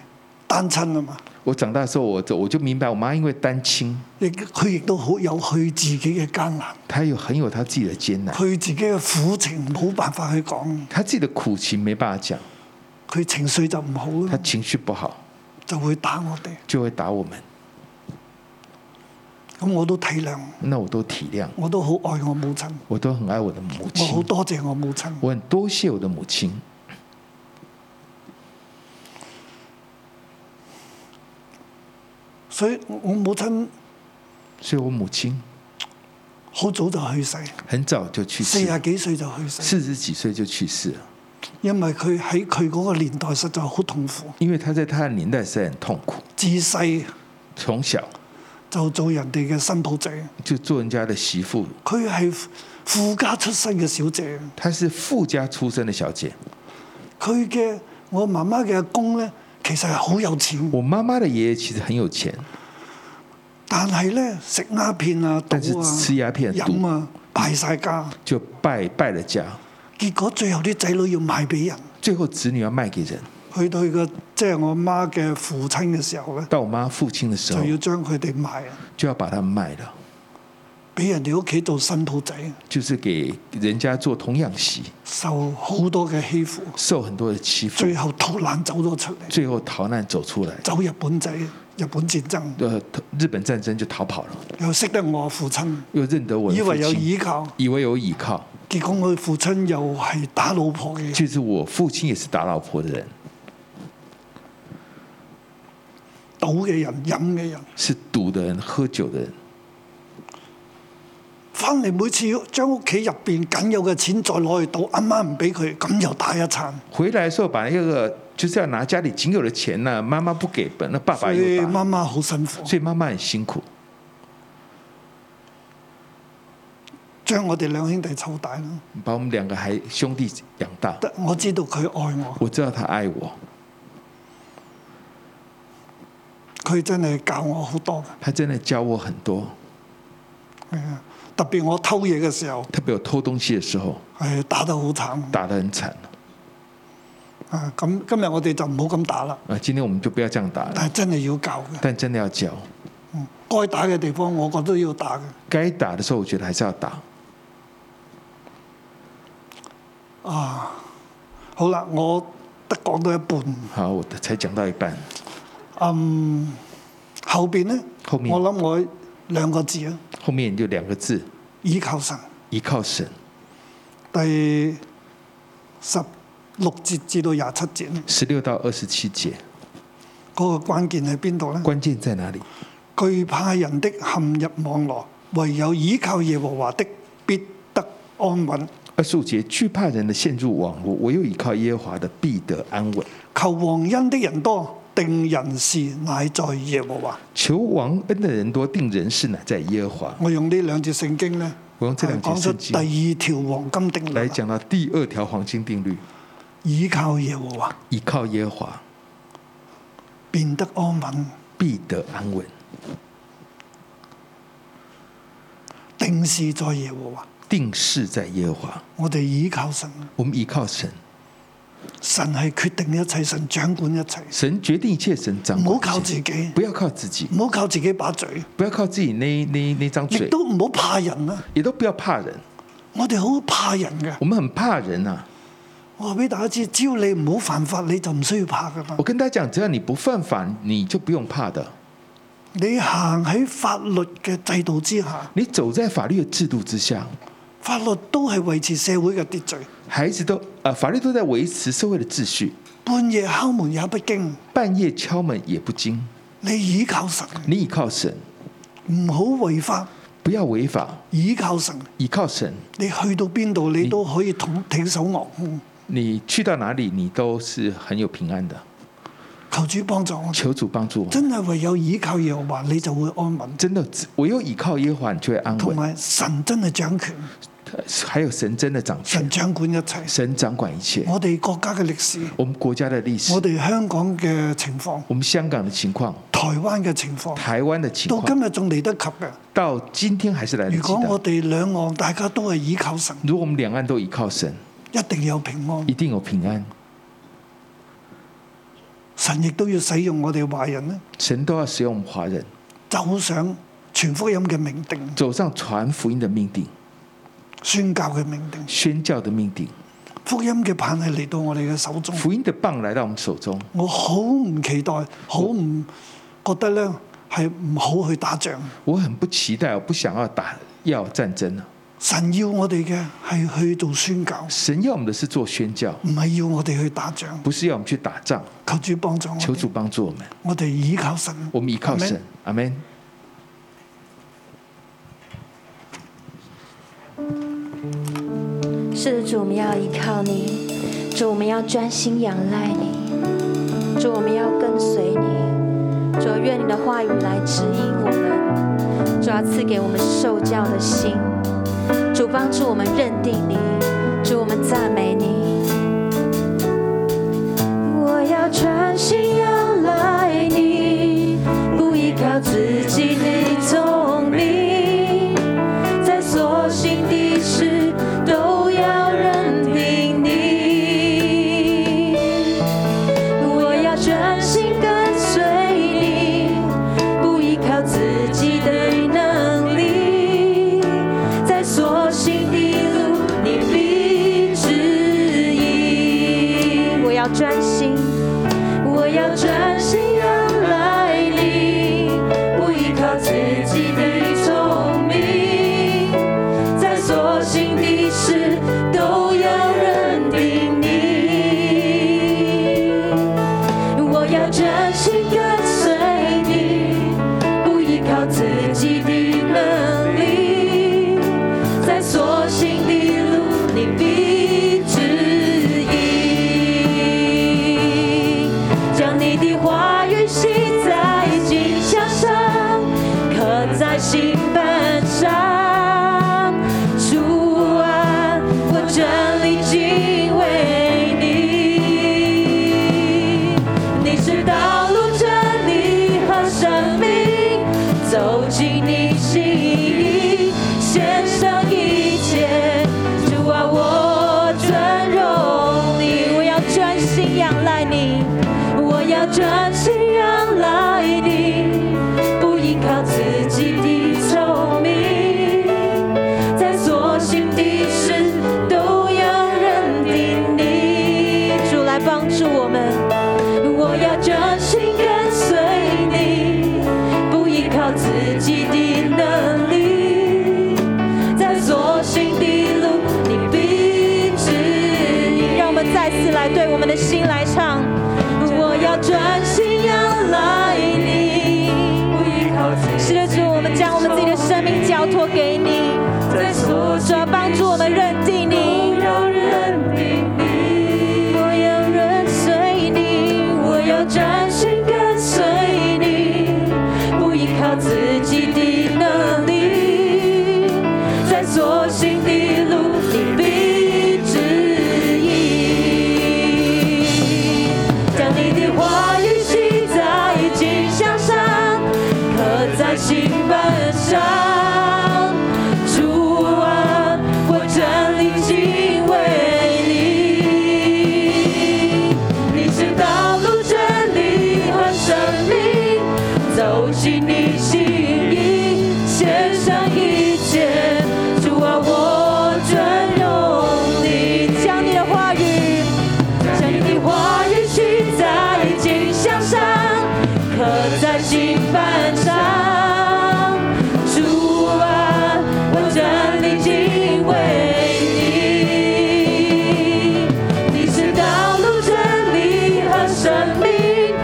S2: 單親啊嘛，
S3: 我長大的時候，我就我就明白，我媽因為單親，
S2: 亦佢亦都好有佢自己嘅艱難，
S3: 她有很有她自己的艱難，
S2: 佢自己嘅苦情冇辦法去講，
S3: 她自己的苦情沒辦法講，
S2: 佢情緒就唔好
S3: 她
S2: 啦，
S3: 情緒不好
S2: 就會打我哋。
S3: 就會打我們，
S2: 咁我都體諒，
S3: 那我都體諒，
S2: 我都好愛我母親，
S3: 我都很愛我的母
S2: 我好
S3: 親，
S2: 多謝我母親。
S3: 我很多謝我的母親。
S2: 所以我母親
S3: 所以我母親
S2: 好早就去世，
S3: 很早就去
S2: 四
S3: 世
S2: 廿
S3: 了，
S2: 幾歲就去世，
S3: 四十幾歲就去世了，
S2: 因為佢喺佢嗰個年代實在好痛苦，
S3: 因為她在她的年代是很痛苦，
S2: 自細
S3: 從小
S2: 就做人哋嘅新抱仔。
S3: 就做人家的媳婦。
S2: 佢係富家出身嘅小姐，
S3: 她是富家出身的小姐。
S2: 佢嘅我媽媽嘅阿公咧，其實係好有錢，
S3: 我媽媽的爺爺其實很有錢，
S2: 但係咧食鴉片啊、
S3: 但是
S2: 賭
S3: 吃
S2: 啊、
S3: 鴉片、
S2: 飲
S3: 賭
S2: 啊，敗晒家。
S3: 就敗敗了家，
S2: 結果最後啲仔女要賣俾人，
S3: 最後子女要賣給人。
S2: 去到佢個即係我媽嘅父親嘅時候咧，
S3: 到我媽父親的時候
S2: 就，要將佢哋賣啊，
S3: 就要把它賣了，
S2: 俾人哋屋企做新抱仔，
S3: 就是給人家做童養媳，
S2: 受好多嘅欺負，
S3: 受很多的欺
S2: 最
S3: 負，
S2: 後逃難走咗出嚟，
S3: 最後逃難走出來，
S2: 走日本仔，日本戰爭，
S3: 呃，日本戰爭就逃跑了，
S2: 又識得我父親，
S3: 又認得我的
S2: 以
S3: 父
S2: 為有
S3: 親，
S2: 依靠。
S3: 以為有倚靠，
S2: 結果我父親又係打老婆嘅，
S3: 其實我父親也是打老婆的人，
S2: 賭嘅人、飲嘅人，
S3: 是賭的人、喝酒的人，
S2: 翻嚟每次要將屋企入邊僅有嘅錢再攞去賭，阿媽唔俾佢，咁又打一餐。
S3: 回來的時候把那個就是要拿家裡僅有的錢呢、媽媽不給，本那爸爸
S2: 所以
S3: 又打，
S2: 媽媽好辛苦，
S3: 所以媽媽很辛苦，
S2: 將我哋兩兄弟湊大啦。
S3: 把我們兩個孩兄弟養大。
S2: 得我知道佢愛我，
S3: 我知道他愛我，
S2: 佢真係教我好多嘅。
S3: 他真的教我很多，
S2: 係啊特別我偷嘢嘅時候，
S3: 特別我偷東西的時候
S2: 係打得好慘。
S3: 打得很慘
S2: 啊，咁今日我哋就唔好咁打啦，
S3: 啊！今天我們就不要這樣打了，
S2: 但係真係要教嘅。
S3: 但真的要教，
S2: 該打嘅地方，我覺得都要打嘅。
S3: 該打的時候我覺得還是要打。
S2: 好啦，我得講到一半。
S3: 好，我才講到一半，
S2: 嗯，後邊咧，
S3: 後面
S2: 我諗我兩個字啊，
S3: 後面就兩個字：
S2: 倚靠神。
S3: 依靠神。
S2: 第十六節至到廿七節咧，
S3: 十六到二十七節，
S2: 嗰、個關鍵喺邊度咧？
S3: 關鍵在哪裡？
S2: 懼怕人的陷入網羅，唯有倚靠耶和華的必得安穩。
S3: 二十五节，惧怕人的陷入网络，我又倚靠耶和华的，必得安稳。
S2: 求皇恩的人多，定人事乃在耶和華。
S3: 求王恩的人多，定人事乃在耶和华。
S2: 我用呢兩節聖經呢，
S3: 我用這
S2: 係
S3: 兩節
S2: 講出
S3: 聖
S2: 第
S3: 經
S2: 二條黃金定
S3: 来
S2: 律，啊
S3: 讲到第二条黄金定律，
S2: 倚靠耶和華，
S3: 倚靠耶和华
S2: 變得安穩，
S3: 必得安稳，
S2: 定事在耶和華。
S3: 定事在耶和华。
S2: 我哋倚靠神，
S3: 我们依靠神，
S2: 神係決定一切，神掌管一切，
S3: 神决定一切，神掌
S2: 唔
S3: 管
S2: 好靠
S3: 一切。
S2: 自己，
S3: 不要靠自己，
S2: 唔好靠自己把嘴，
S3: 不要靠自己那那那张
S2: 亦
S3: 嘴，
S2: 都唔好怕人啦。
S3: 也都不要怕人。
S2: 我哋好怕人嘅，
S3: 我们很怕人啊！
S2: 我話俾大家知，只要你唔好犯法，你就唔需要怕噶啦
S3: 我。跟大家讲，只要你不犯法，你就不用怕的。
S2: 你行喺法律嘅制度之下，
S3: 你走在法律的制度之下，
S2: 法律都係維持社會嘅秩序。
S3: 孩子都呃，法律都在維持社會的秩序。
S2: 半夜敲門也不驚，
S3: 半夜敲門也不驚，
S2: 你倚靠神，
S3: 你倚靠神，
S2: 唔好違法，
S3: 不要違法，
S2: 倚靠神。
S3: 倚靠神。
S2: 你去到邊度，你都可以捅挺手昂嗯胸。
S3: 你去到哪裡，你都是很有平安的。
S2: 求主幫助我，
S3: 求主幫助我，
S2: 真係唯有倚靠耶和華，你就會安穩。
S3: 真的，唯有倚靠耶和华，你就会安
S2: 同
S3: 穩。
S2: 埋神真係掌權，
S3: 呃还有神真的掌
S2: 神
S3: 權，
S2: 掌管一切。
S3: 神掌管一切。
S2: 我哋國家嘅歷史，
S3: 我們國家的歷史
S2: 我，哋香港嘅情況，
S3: 我們香港的情況，
S2: 台灣嘅情況，
S3: 台灣的情
S2: 到今
S3: 況，
S2: 日仲嚟得及嘅。
S3: 到今天還是來得
S2: 如
S3: 及
S2: 果我
S3: 的。
S2: 哋兩岸大家都係倚靠神，
S3: 如果我們兩岸都倚靠神，
S2: 一定有平安
S3: 一。定有平安。
S2: 神亦都要使用我哋華人咧，
S3: 神都要使用我們華人
S2: 走上全福音嘅命定、
S3: 走上传福音的命定、
S2: 宣教嘅命定。
S3: 宣教的命定，
S2: 福音嘅棒係嚟到我哋嘅手中。
S3: 福音的棒來到我們手中。
S2: 我好唔期待，好唔覺得咧係唔好去打仗。
S3: 我很不期待，我不想要打要战争啊了。
S2: 神要我哋嘅係去做宣教，
S3: 神要我們的是做宣教，
S2: 唔係要我哋去打仗。
S3: 不是要我們去打仗。
S2: 求主幫助我
S3: 求
S2: 哋，
S3: 主帮助我们，
S2: 我哋倚靠神。
S3: 我们依靠神
S2: Amen。
S3: 阿门。
S4: 是的，主，我们要依靠你，主，我们要专心仰赖你，主，我们要跟随你，主，愿你的话语来指引我们，主，要赐给我们受教的心，主，帮助我们认定你，主，我们赞美你。我要专心仰赖你，不依靠自己的聪明。在所行的事都要认定你。我要专心跟随你，不依靠自己的能力，在所行的路你必指引。我要专心。我要专心仰赖你，不依靠自己的聪明，在所行的事都要认定你。我要真心跟随你，不依靠自己的能力，在所行的路你必指引，将你的话语写在心墙上，刻在心板上。主啊，我真理敬畏你，你是道路、真理和生命，走进你心意，献上一切。主啊，我尊荣你，我要专心仰赖你，我要专心仰赖你，不依靠自己的聪明。在所行的事都要认定你。主来帮助我们，我要真心跟随你，不依靠自己的能力，在所行的路你必指引。让我们再次来对我们的心来唱。我要专心仰赖你，是的，主，我们将我们自己的生命交托给你，主要帮助我们认定你。生命，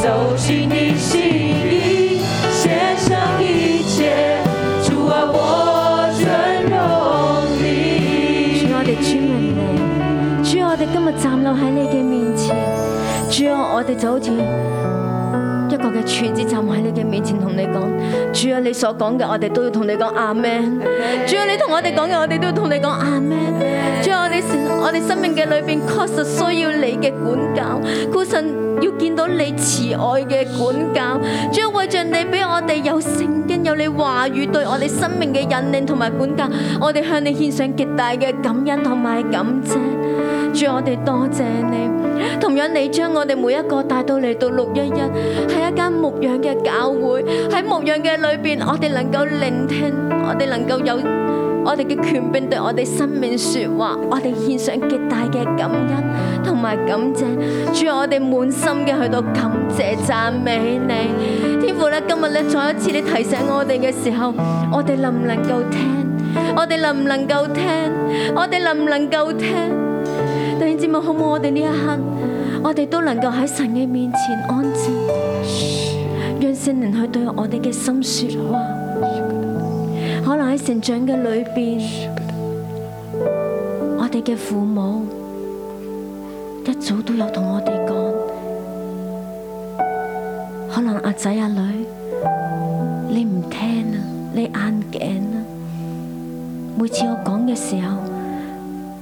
S4: 走进你心意，献上一切，主啊，我尊荣你。
S5: 主，我哋尊荣你。主，我哋今日站立喺你嘅面前。主啊，我哋就好似一個嘅柱子站喺你嘅面前，同你講。主啊，你所講嘅，我哋都要同你講阿 man。主啊，你同我哋講嘅，我哋都要同你講阿 man。主啊，我哋我哋生命嘅裏邊確實需要你嘅管教，故神要見到你慈愛嘅管教。主啊，為着你俾我哋有聖經，有你話語對我哋生命嘅引領同埋管教，我哋向你獻上極大嘅感恩同埋感謝。主，我哋多謝你。同樣，你將我哋每一個帶到嚟到六一一，係一間牧養嘅教會。喺牧養嘅裏邊，我哋能夠聆聽，我哋能夠有我哋嘅權柄對我哋生命説話，我哋獻上極大嘅感恩同埋感謝。主，我哋滿心嘅去到感謝讚美你。天父咧，今日咧再一次你提醒我哋嘅時候，我哋能唔能夠聽？我哋能唔能夠聽？我哋能唔能夠聽？弟兄姊妹，好唔好？我哋呢一刻，我哋都能夠喺神嘅面前安靜，讓聖靈去對我哋嘅心說話。可能喺成長嘅裏邊，我哋嘅父母一早都有同我哋講，可能阿仔阿女，你唔聽啊，你硬頸啊。每次我講嘅時候。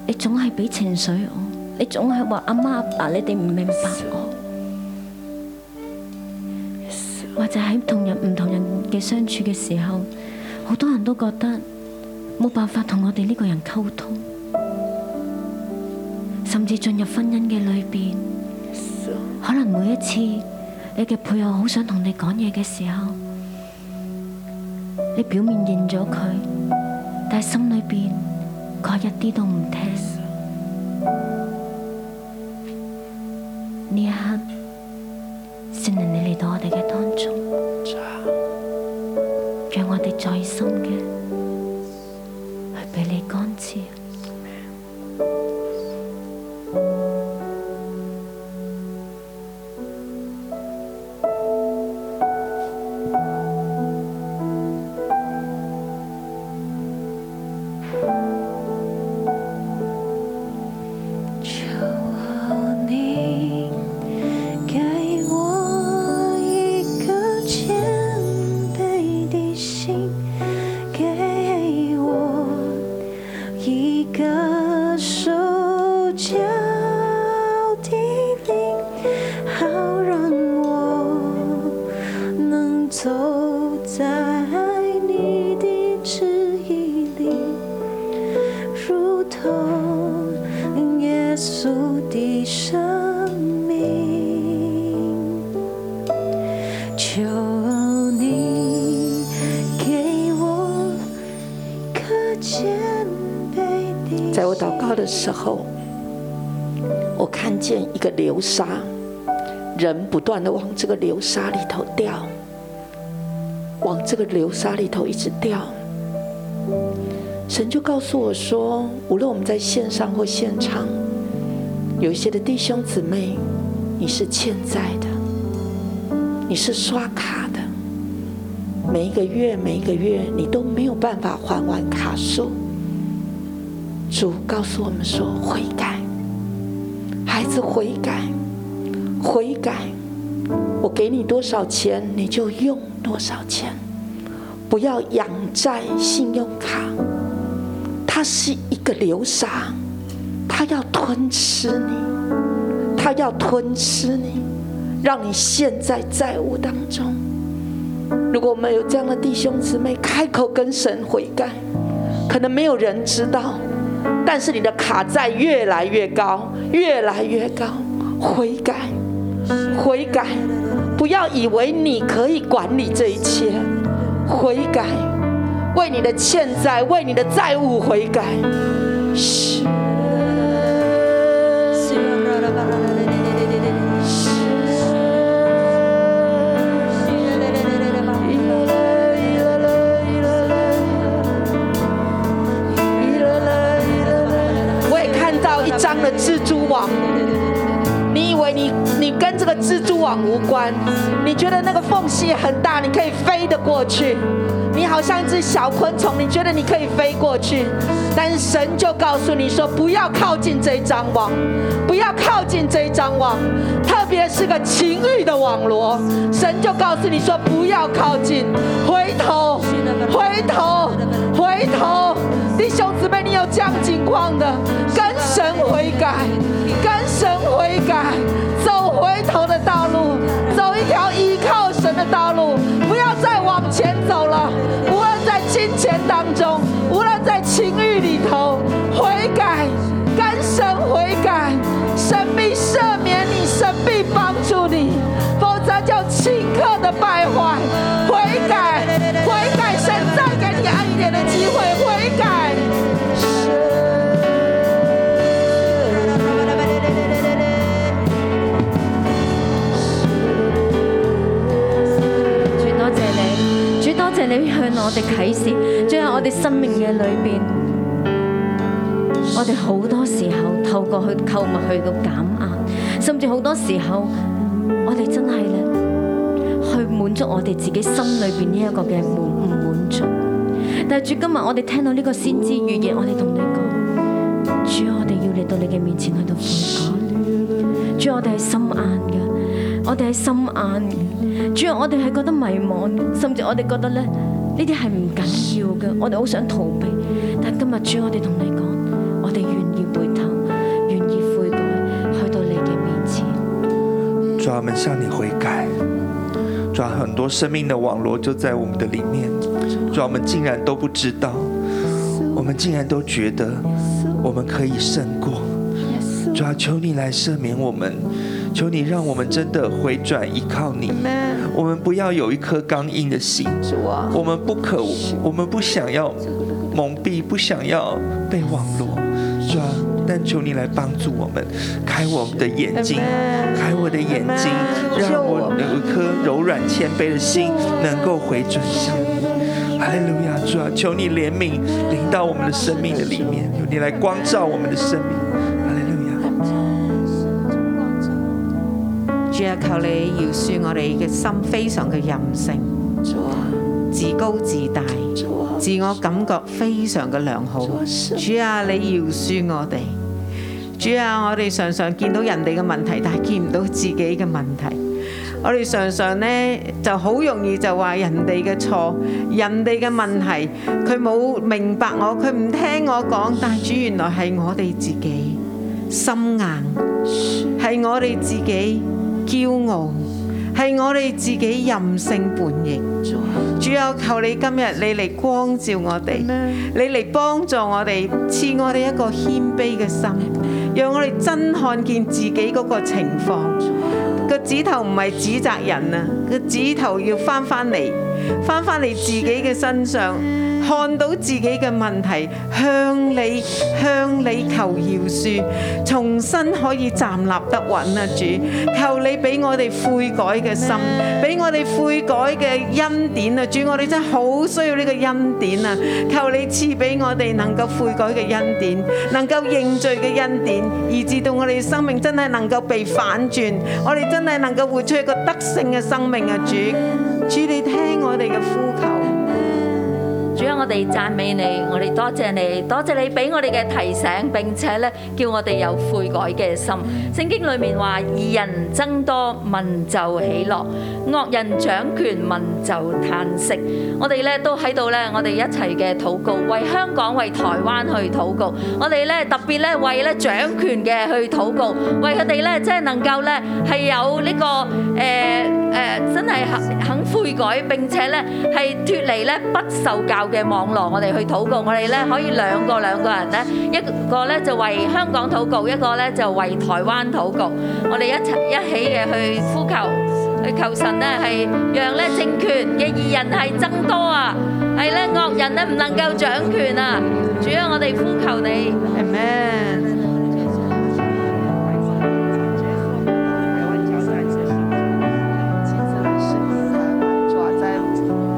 S5: 你總係俾情緒我，你總係話阿媽阿爸你哋唔明白我，或者喺同人唔同人嘅相處嘅時候，好多人都覺得冇辦法同我哋呢個人溝通，甚至進入婚姻嘅裏邊，可能每一次你嘅配偶好想同你講嘢嘅時候，你表面認咗佢，但係心裏邊。佢一啲都唔聽。呢一刻，聖靈你嚟到我哋嘅當中，讓我哋在心嘅去俾你光照。
S4: 求你给我一颗谦卑的心，给我一个受教的灵，好让我能走在你的旨意里。如同耶稣的生命。求你给我可谦卑的
S6: 在我祷告的时候，我看见一个流沙，人不断的往这个流沙里头掉，往这个流沙里头一直掉。神就告诉我说，无论我们在线上或现场，有一些的弟兄姊妹，你是欠债的，你是刷卡的，每一个月每一个月你都没有办法还完卡数。主告诉我们说：悔改，孩子悔改，悔改。我给你多少钱，你就用多少钱，不要仰债信用卡。它是一个流沙，它要吞吃你，它要吞吃你，让你陷在债务当中。如果我们有这样的弟兄姊妹，开口跟神悔改，可能没有人知道，但是你的卡债越来越高，越来越高，悔改，悔改，不要以为你可以管理这一切，悔改，为你的欠债，为你的债务悔改。是。我也看到一张的蜘蛛网，你以为你你跟这个蜘蛛网无关。你觉得那个缝隙很大，你可以飞得过去。你好像一只小昆虫，你觉得你可以飞过去，但是神就告诉你说，不要靠近这一张网，不要靠近这一张网，特别是个情欲的网罗。神就告诉你说，不要靠近，回头，回头，回头。弟兄姊妹，你有这样情况的，跟神悔改，跟神悔改，走回头的道路，走一条依靠神的道路，不要再往前走了。无论在金钱当中，无论在情欲里头，悔改，跟神悔改，神必赦免你，神必帮助你，否则就顷刻的败坏。悔改，悔改，神再给你恩典的机会，悔改。
S5: 主多謝你，主多謝你向我哋啟示，最後我哋生命嘅裏邊，我哋好多時候透過去購物去到減壓，甚至好多時候我哋真係咧去滿足我哋自己心裏邊呢一個嘅滿唔滿足。但係主今日我哋聽到呢個先知預言，我哋同你講，主我哋要嚟到你嘅面前去到悔改。主我哋係心硬嘅，我哋係心硬嘅。主我哋係覺得迷茫，甚至我哋覺得咧呢啲係唔緊要嘅，我哋好想逃避。但今日主我哋同你講，我哋願意回頭，願意悔改，去到你嘅面前。
S7: 主啊，我们向你悔改。主啊，很多生命的网络就在我们的里面。主啊，我们竟然都不知道，我们竟然都觉得我们可以胜过。主啊，求你来赦免我们，求你让我们真的回转依靠你。我们不要有一颗刚硬的心。我们不可，我们不想要蒙蔽，不想要被网络。主啊，但求你来帮助我们，开我们的眼睛。开我的眼睛，让我有一颗柔软谦卑的心，能够回转向你。哈利路亚，主啊，求你怜悯临到我们的生命的里面，求你来光照我们的生命。哈利路亚。
S8: 主啊，求你饶恕我哋嘅心非常嘅任性，啊自高自大，自我感覺非常嘅良好。啊主啊，你饒恕我哋。主啊，我哋常常見到人哋嘅問題，但係見唔到自己嘅問題。我哋常常呢就好容易就話人哋嘅錯，人哋嘅問題，佢冇明白我，佢唔聽我講，但係主原來係我哋自己心硬。係我哋自己驕傲，係我哋自己任性叛逆。主啊，求你今日你嚟光照我哋，你嚟幫助我哋，賜我哋一個謙卑嘅心，讓我哋真看見自己嗰個情況。個指頭唔係指責人啊，個指頭要翻返嚟，翻返嚟自己嘅身上，看到自己嘅問題，向你向你求饒恕，重新可以站立得穩啊！主，求你俾我哋悔改嘅心，俾我哋悔改嘅恩典啊！主，我哋真係好需要呢個恩典啊！求你賜俾我哋能夠悔改嘅恩典，能夠認罪嘅恩典，以至到我哋生命真係能夠被反轉，我哋真係能夠活出一個德性嘅生命啊！主，主你聽我哋嘅呼求。
S9: 主啊，我哋讚美你，我哋多謝你，多謝你俾我哋嘅提醒，並且咧叫我哋有悔改嘅心。聖經裏面話：義人增多，民就喜樂；惡人掌權，民就嘆息。我哋咧都喺度咧，我哋一齊嘅禱告，為香港、為台灣去禱告。我哋咧特別咧為咧掌權嘅去禱告，為佢哋咧即係能夠咧係有呢、個誒誒、呃真係肯肯悔改，並且咧係脱離咧不受教嘅網絡，我哋去禱告，我哋咧可以兩個兩個人咧，一個咧就為香港禱告，一個咧就為台灣禱告，我哋一齊一起嘅去呼求，去求神咧係讓咧政權嘅義人係增多啊，係咧惡人咧唔能夠掌權啊，主啊，我哋呼求你。
S8: Amen。
S6: 啊主啊，在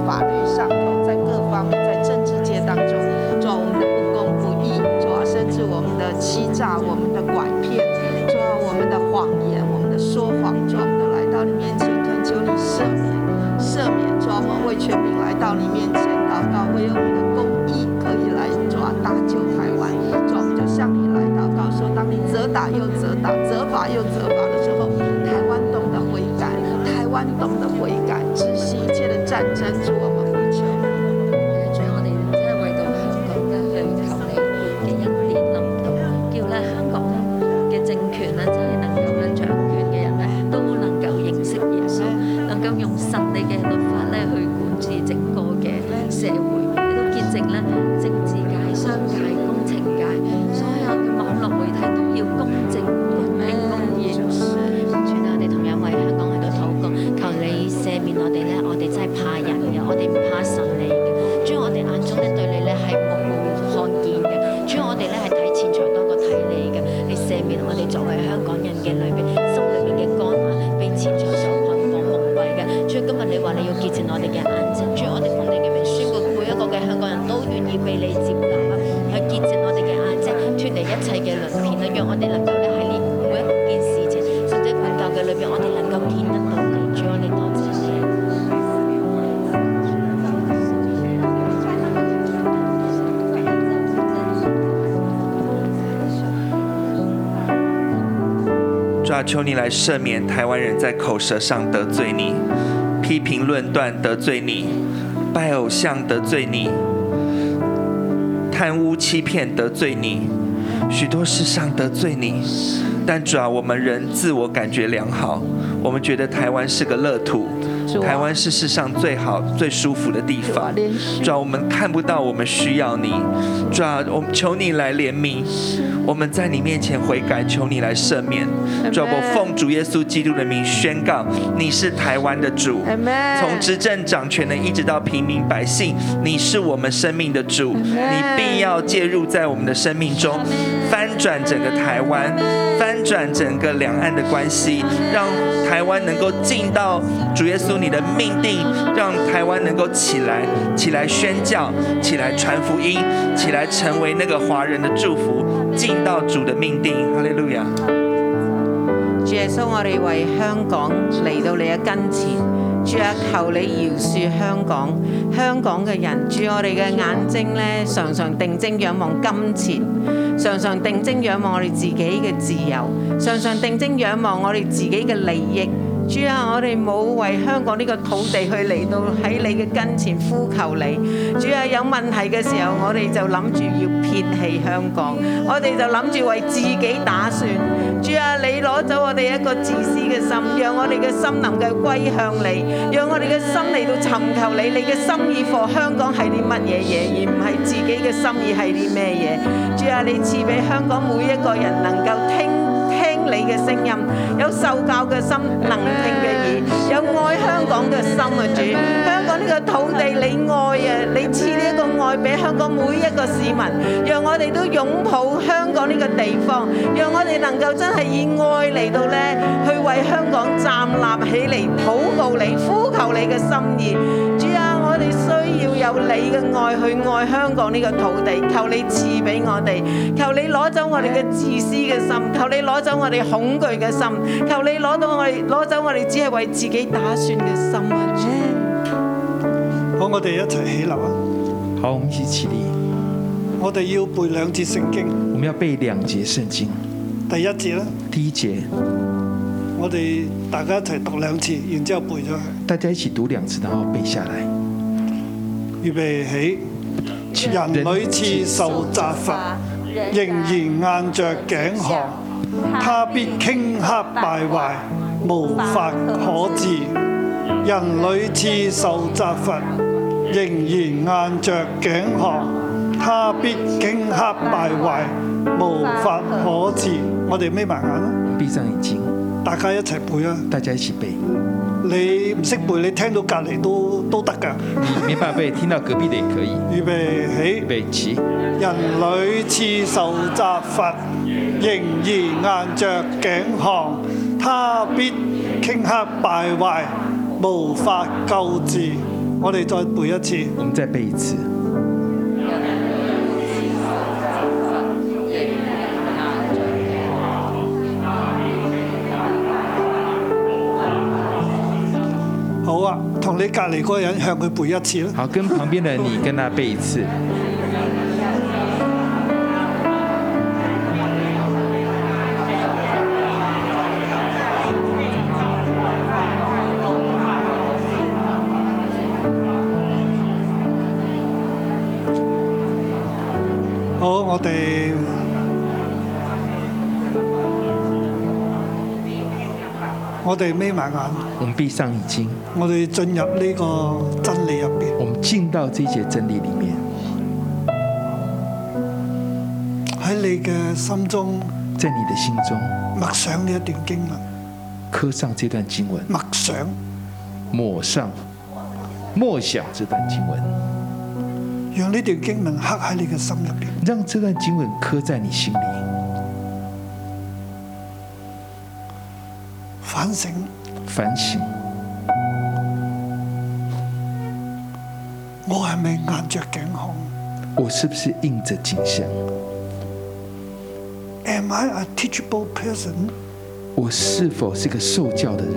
S6: 法律上头，在各方面，在政治界当中，主啊，我们的不公不义，主啊，甚至我们的欺诈、我们的拐骗，主啊，我们的谎言、我们的说啊啊能不能悔改，止息一切的战争。主，啊我们呼求你。
S9: 主，我哋真係為到香港嘅去求你嘅恩典臨到，叫咧香港嘅政權咧，真係能夠咧掌權嘅人咧，都能夠認識耶穌，能夠用神你嘅律法咧去管治整個嘅社會，亦都見證咧政治界、商界、工程界，所有嘅網絡媒體都要公正、公平、公義。
S5: 主啊，我哋同樣為香港喺度禱告，求你赦免我哋咧，我哋真係怕人嘅，我哋唔怕神你嘅。主啊，我哋眼中咧對你咧係冇看見嘅，主啊，我哋咧係睇前場多過睇你嘅，你赦免我哋作為香港人嘅裏邊心裏邊嘅干眼，被錢財所捆綁蒙蔽嘅。主啊，今日你話你要潔淨我哋嘅眼睛，主啊，我哋奉你嘅名宣告，每一個嘅香港人都願意被你接納啊，去潔淨我哋嘅眼睛，脱離一切嘅鱗片啊，讓我哋能夠咧喺呢每一件事情，甚至管教嘅裏邊，我哋能夠見得到你。主啊，我哋多謝你。
S7: 主啊，求你来赦免台湾人在口舌上得罪你，批评论断得罪你，拜偶像得罪你，贪污欺骗得罪你，许多事上得罪你。但主啊，我们人自我感觉良好，我们觉得台湾是个乐土
S6: 主，啊
S7: 台湾是世上最好、最舒服的地
S6: 主啊
S7: 方
S6: 连续。
S7: 主啊，我们看不到我们需要你。主啊，我们求你来怜悯，我们在你面前悔改，求你来赦免。主啊，我
S6: Amen
S7: 奉奉主耶稣基督的名宣告，你是台湾的主。
S6: Amen
S7: 从执政掌权的一直到平民百姓，你是我们生命的主，你必要介入在我们的生命中，翻转整个台湾，翻转整个两岸的关系，让台湾能够进到主耶稣你的命定，让台湾能够起来，起来宣教，起来传福音，起来成为那个华人的祝福，进到主的命定。哈利路亚。
S8: 主耶穌，我哋為香港嚟到你嘅跟前，主啊，求你饒恕香港，香港嘅人，主我哋嘅眼睛咧，常常定睛仰望金錢，常常定睛仰望我哋自己嘅自由，常常定睛仰望我哋自己嘅利益。主啊，我哋冇為香港呢個土地去嚟到喺你嘅跟前呼求你。主啊，有問題嘅時候，我哋就諗住要撇棄香港，我哋就諗住為自己打算。主啊，你攞走我哋一個自私嘅心，讓我哋嘅心能夠歸向你，讓我哋嘅心嚟到尋求你。你嘅心意 for 香港係啲乜嘢嘢，而唔係自己嘅心意係啲咩嘢。主啊，你賜俾香港每一個人能夠聽。聽你嘅聲音，有受教嘅心，能聽嘅耳，有愛香港嘅心啊！主，香港呢個土地你愛啊，你賜呢一個愛俾香港每一個市民，讓我哋都擁抱香港呢個地方，讓我哋能夠真係以愛嚟到呢，去為香港站立起嚟，禱告你，呼求你嘅心意，主啊！我哋需要有你嘅愛去愛香港呢個土地，求你賜俾我哋，求你攞走我哋嘅自私嘅心，求你攞走我哋恐懼嘅心，求你攞到我哋攞走我哋只係為自己打算嘅心啊！主。
S10: 好，我哋一齊起立啊！
S2: 好，我们一起起立，
S10: 我哋要背兩節聖經，
S2: 我们要背两节圣经。
S10: 第一節啦，
S2: 第一节，
S10: 我哋大家一齊讀兩次，然之後背咗佢。
S2: 大家一起讀兩次，然後背下來。
S10: 預備起，人屢次受責罰，仍然硬着頸項，他必傾刻敗壞，無法可治。人屢次受責罰，仍然硬着頸項，他必傾刻敗壞，無法可治。我哋眯埋眼啦，
S2: 閉上眼睛，
S10: 大家一齊背啊！
S2: 大家一起 背。
S10: 你唔識背，你聽到隔離都都得㗎。
S2: 你沒辦法背，聽到隔壁的也可以。
S10: 預備起
S2: 預。備起，
S10: 人屢次受責罰，仍然硬着頸項，他必傾刻敗壞，無法救治。我哋再背一次，
S2: 我們再背一次。
S10: 好啊，同你隔離嗰個人向佢背一次啦。
S2: 好，跟旁邊的你跟他背一次。
S10: Hãy subscribe cho kênh Ghiền Mì Gõ Để không bỏ lỡ
S2: 我哋我哋眯埋眼，
S3: 我们闭上眼睛，
S2: 我哋進入呢個真理入邊。
S3: 我们进到这些真理里面。
S2: 喺你嘅心中
S3: 在你的心中
S2: 默想呢一段經文，
S3: 刻上这段经文，
S2: 默想
S3: 抹上、默想这段经文，
S2: 讓呢段經文刻喺你嘅心入邊。
S3: 让这段经文刻在你心里，
S2: 反省
S3: 反省
S2: 我係咪硬着頸項
S3: 我是不是应着景象？
S2: ？Am I a teachable person？
S3: 我是否是个受教的人？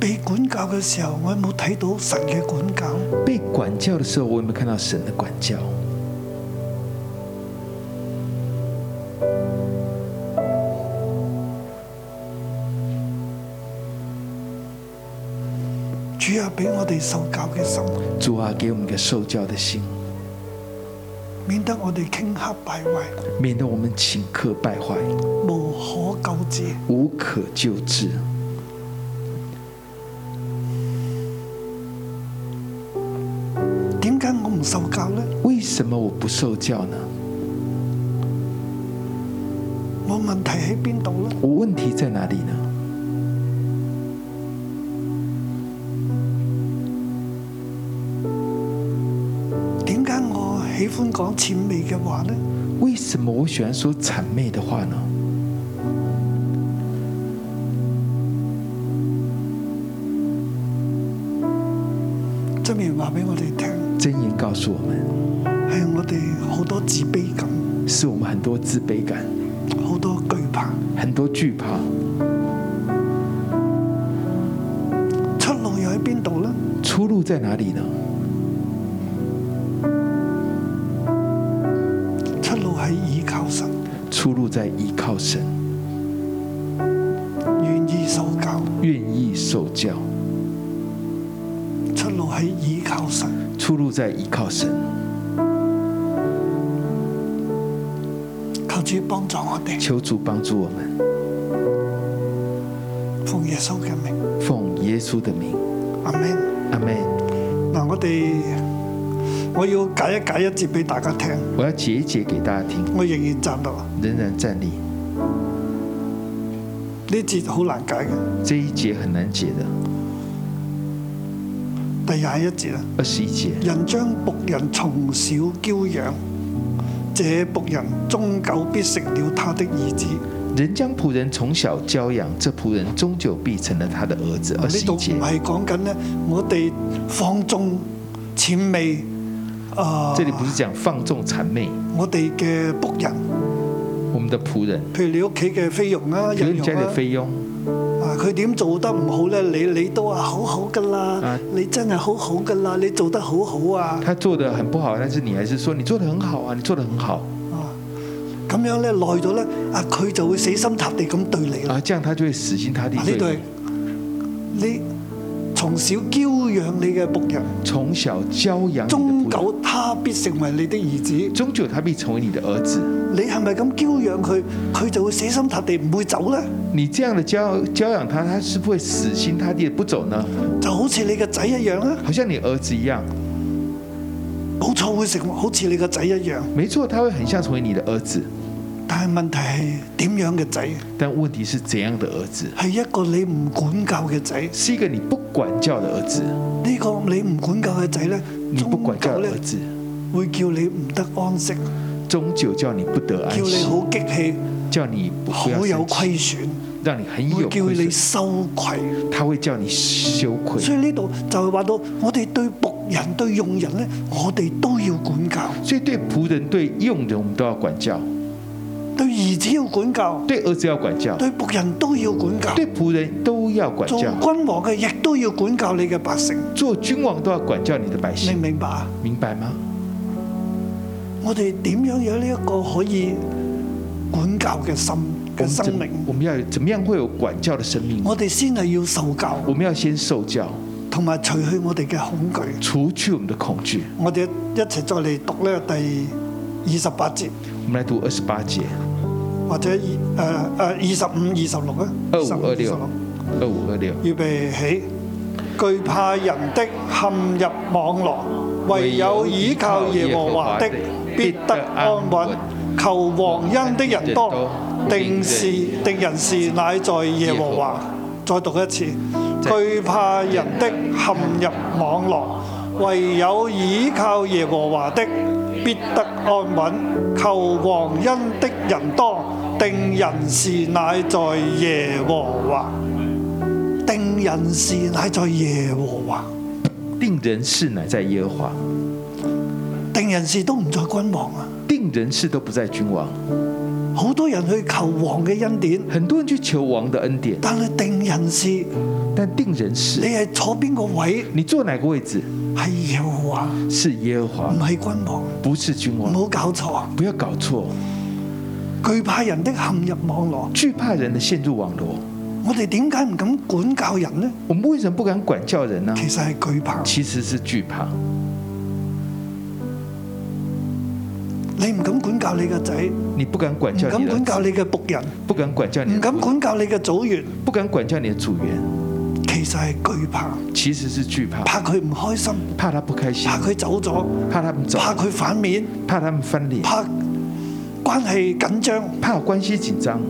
S2: 被管教嘅時候，我有冇睇到神嘅管教？
S3: 被管教的时候，我有没有看到神的管教？
S2: 主啊，俾我哋受教嘅心，
S3: 主啊，给我们一个受教的心，
S2: 免得我哋傾刻敗壞，
S3: 免得我们顷刻败坏，
S2: 無可救治。
S3: 无可救治。
S2: 點解我唔受教呢？
S3: 为什么我不受教呢？
S2: 我問題喺邊度呢？
S3: 我问题在哪里呢？
S2: 點解我喜歡講谄媚嘅話呢？
S3: 为什么我喜欢说谄媚的话呢？
S2: 真言話俾我哋聽，
S3: 箴言告诉我们，
S2: 係我哋好多自卑感，
S3: 是我们很多自卑感，
S2: 好多懼怕，
S3: 很多惧怕。
S2: 出路又喺邊度呢？
S3: 出路在哪里呢？
S2: 出路喺倚靠神，
S3: 出路在依靠神，
S2: 願意受教；
S3: 愿意受教。
S2: 出路喺倚靠神，
S3: 出路在依靠神。
S2: 求主幫助我哋，
S3: 求主帮助我们，
S2: 奉耶穌嘅名，
S3: 奉耶稣的名，
S2: 阿門。
S3: 阿门。
S2: 嗱，我哋我要解一解一節俾大家聽，
S3: 我要解一解给大家听，
S2: 我仍然站立，呢
S3: 仍然站立。
S2: 節好難解嘅，
S3: 这一节很难解的，
S2: 第廿一節啊。
S3: 二十一节。
S2: 人將仆人從小嬌養，這仆人終久必成了他的兒子。
S3: 人将仆人从小教养，这仆人终究必成了他的儿子。
S2: 啊
S3: 二
S2: 呢
S3: 十
S2: 度
S3: 一
S2: 唔
S3: 节，
S2: 係講緊呢，我哋放縱谄媚啊，
S3: 这里不是讲放纵谄媚，
S2: 我哋嘅仆人，
S3: 我们的仆人，
S2: 譬如你屋企嘅菲佣啦、
S3: 比如
S2: 人
S3: 你家
S2: 佣
S3: 里
S2: 啦
S3: 的，菲佣，
S2: 啊佢點做得唔好呢？你你都話好好噶啦
S3: 啊，
S2: 你真係好好噶啦，你做得好好啊，
S3: 他做的很不好，但是你还是说你做的很好啊，你做的很好
S2: 咁樣呢，耐咗呢，啊佢就會死心塌地咁對你啦。
S3: 啊，这样他就会死心塌地
S2: 啊呢度
S3: 对
S2: 係
S3: 你。
S2: 你從小嬌養你嘅仆人。
S3: 从小教养啊你
S2: 終
S3: 的仆人，
S2: 久他必成為你的兒子。
S3: 终究他必成为你的儿子。
S2: 你係咪咁嬌養佢，佢就會死心塌地唔會走呢？
S3: 你这样的教教养他，他是不会死心塌地的不走呢？
S2: 就好似你嘅仔一樣啊！
S3: 好像你儿子一样，
S2: 冇錯，會成為好似你嘅仔一樣。
S3: 没错，他会很像成为你的儿子，
S2: 但係問題係點樣嘅仔？
S3: 但问题是怎样的儿子？
S2: 係一個你唔管教嘅仔。呢、
S3: 是一个你不管教的儿子，
S2: 個你唔管教嘅仔呢，
S3: 你不管教
S2: 終
S3: 的
S2: 究
S3: 儿子
S2: 呢，會叫你唔得安息，
S3: 终究叫你不得
S2: 叫
S3: 安
S2: 你
S3: 息，
S2: 好激氣，
S3: 叫你不不要
S2: 好有
S3: 生
S2: 虧
S3: 气，
S2: 損，
S3: 让你很
S2: 會
S3: 有
S2: 叫你
S3: 亏
S2: 羞愧。
S3: 他會叫你羞愧。
S2: 所以呢度就係話到，我哋對仆人、對用人呢，我哋都要管教。
S3: 所以对仆人、对佣人，我们都要管教；
S2: 對兒子要管教，
S3: 对儿子要管教，
S2: 對仆人都要管教，
S3: 对仆人都要管
S2: 做
S3: 教，
S2: 君王嘅亦都要管教你嘅百姓，
S3: 做君王都要管教你的百
S2: 明
S3: 姓
S2: 唔，明白啊？
S3: 明白吗？
S2: 我哋點樣有呢一個可以管教嘅心
S3: 我
S2: 嘅
S3: 们
S2: 生
S3: 怎
S2: 命？
S3: 我们要有怎么样会有管教的生命？
S2: 我哋先係要受教，
S3: 我们要先受教，
S2: 同埋除去我哋嘅恐懼。
S3: 除去我们的恐惧。
S2: 我哋一齊再嚟讀呢個第二十八節，
S3: 我们来读二十八节，
S2: 或者二誒誒二十五、二十六啊，
S3: 二五
S2: 26
S3: 二六，二五二六，
S2: 預備起，懼怕人的陷入網羅，唯有倚靠耶和華的必得安穩。求皇恩的人多，定是定人事乃在耶和華。再讀一次，懼怕人的陷入網羅，唯有倚靠耶和華的必得安穩。求皇恩的人多，定人事乃在耶和華。定人事乃在耶和華，
S3: 定人事乃在耶和华，
S2: 定人事都唔在君王啊！
S3: 定人事都不在君王。
S2: 好多人去求王嘅恩典，
S3: 很多人去求王的恩典，
S2: 但係定人事，你
S3: 但定人事，
S2: 係坐邊個位
S3: 你坐哪个位置
S2: 係耶和華，
S3: 是耶和华
S2: 唔，係君王，
S3: 不是君
S2: 唔
S3: 王。
S2: 好搞錯。
S3: 不要搞错，
S2: 懼怕人的陷入網羅，
S3: 惧怕人的陷入网罗。
S2: 我哋點解唔敢管教人呢？
S3: 我们为什么不敢管教人呢？
S2: 其實係懼怕，
S3: 其实是惧怕。
S2: 你唔敢管教你嘅仔，唔
S3: 你不敢管教
S2: 敢
S3: 你的儿
S2: 管
S3: 子，
S2: 教你嘅仆人，
S3: 不敢管教你
S2: 唔
S3: 的
S2: 敢
S3: 主
S2: 管教你嘅組員，
S3: 不敢管教你的组员，
S2: 其實係懼怕，
S3: 其实是惧怕，
S2: 怕佢唔開心，
S3: 怕他不开心
S2: 怕，佢走咗，
S3: 怕他们走，
S2: 怕佢反面，
S3: 怕他们翻脸，
S2: 怕關係緊張。
S3: 怕关系紧张。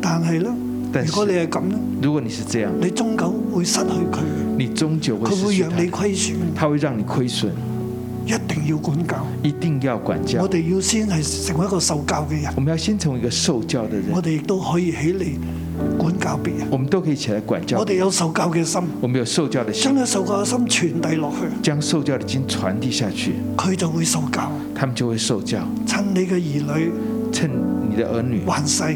S2: 但係咧，
S3: 但是
S2: 如果你係咁咧，
S3: 如果你是这样，
S2: 你終究會失去佢，
S3: 你终究会
S2: 佢
S3: 失
S2: 會
S3: 去
S2: 讓你
S3: 他，
S2: 虧損，
S3: 他会让你亏损。
S2: 一定要管教。
S3: 一定要管教
S2: 我。哋要先係成為一個受教嘅人，
S3: 我们要先成为一个受教的人
S2: 我，哋亦都可以起嚟管教別人。
S3: 我们都可以起来管教
S2: 我。哋有受教嘅心，
S3: 我们有受教的
S2: 將
S3: 心，
S2: 呢受教嘅心傳遞落去，
S3: 将受教的经传递下去，
S2: 佢就會受教。
S3: 他们就会受教。
S2: 趁你嘅兒女
S3: 趁你的儿女
S2: 還細，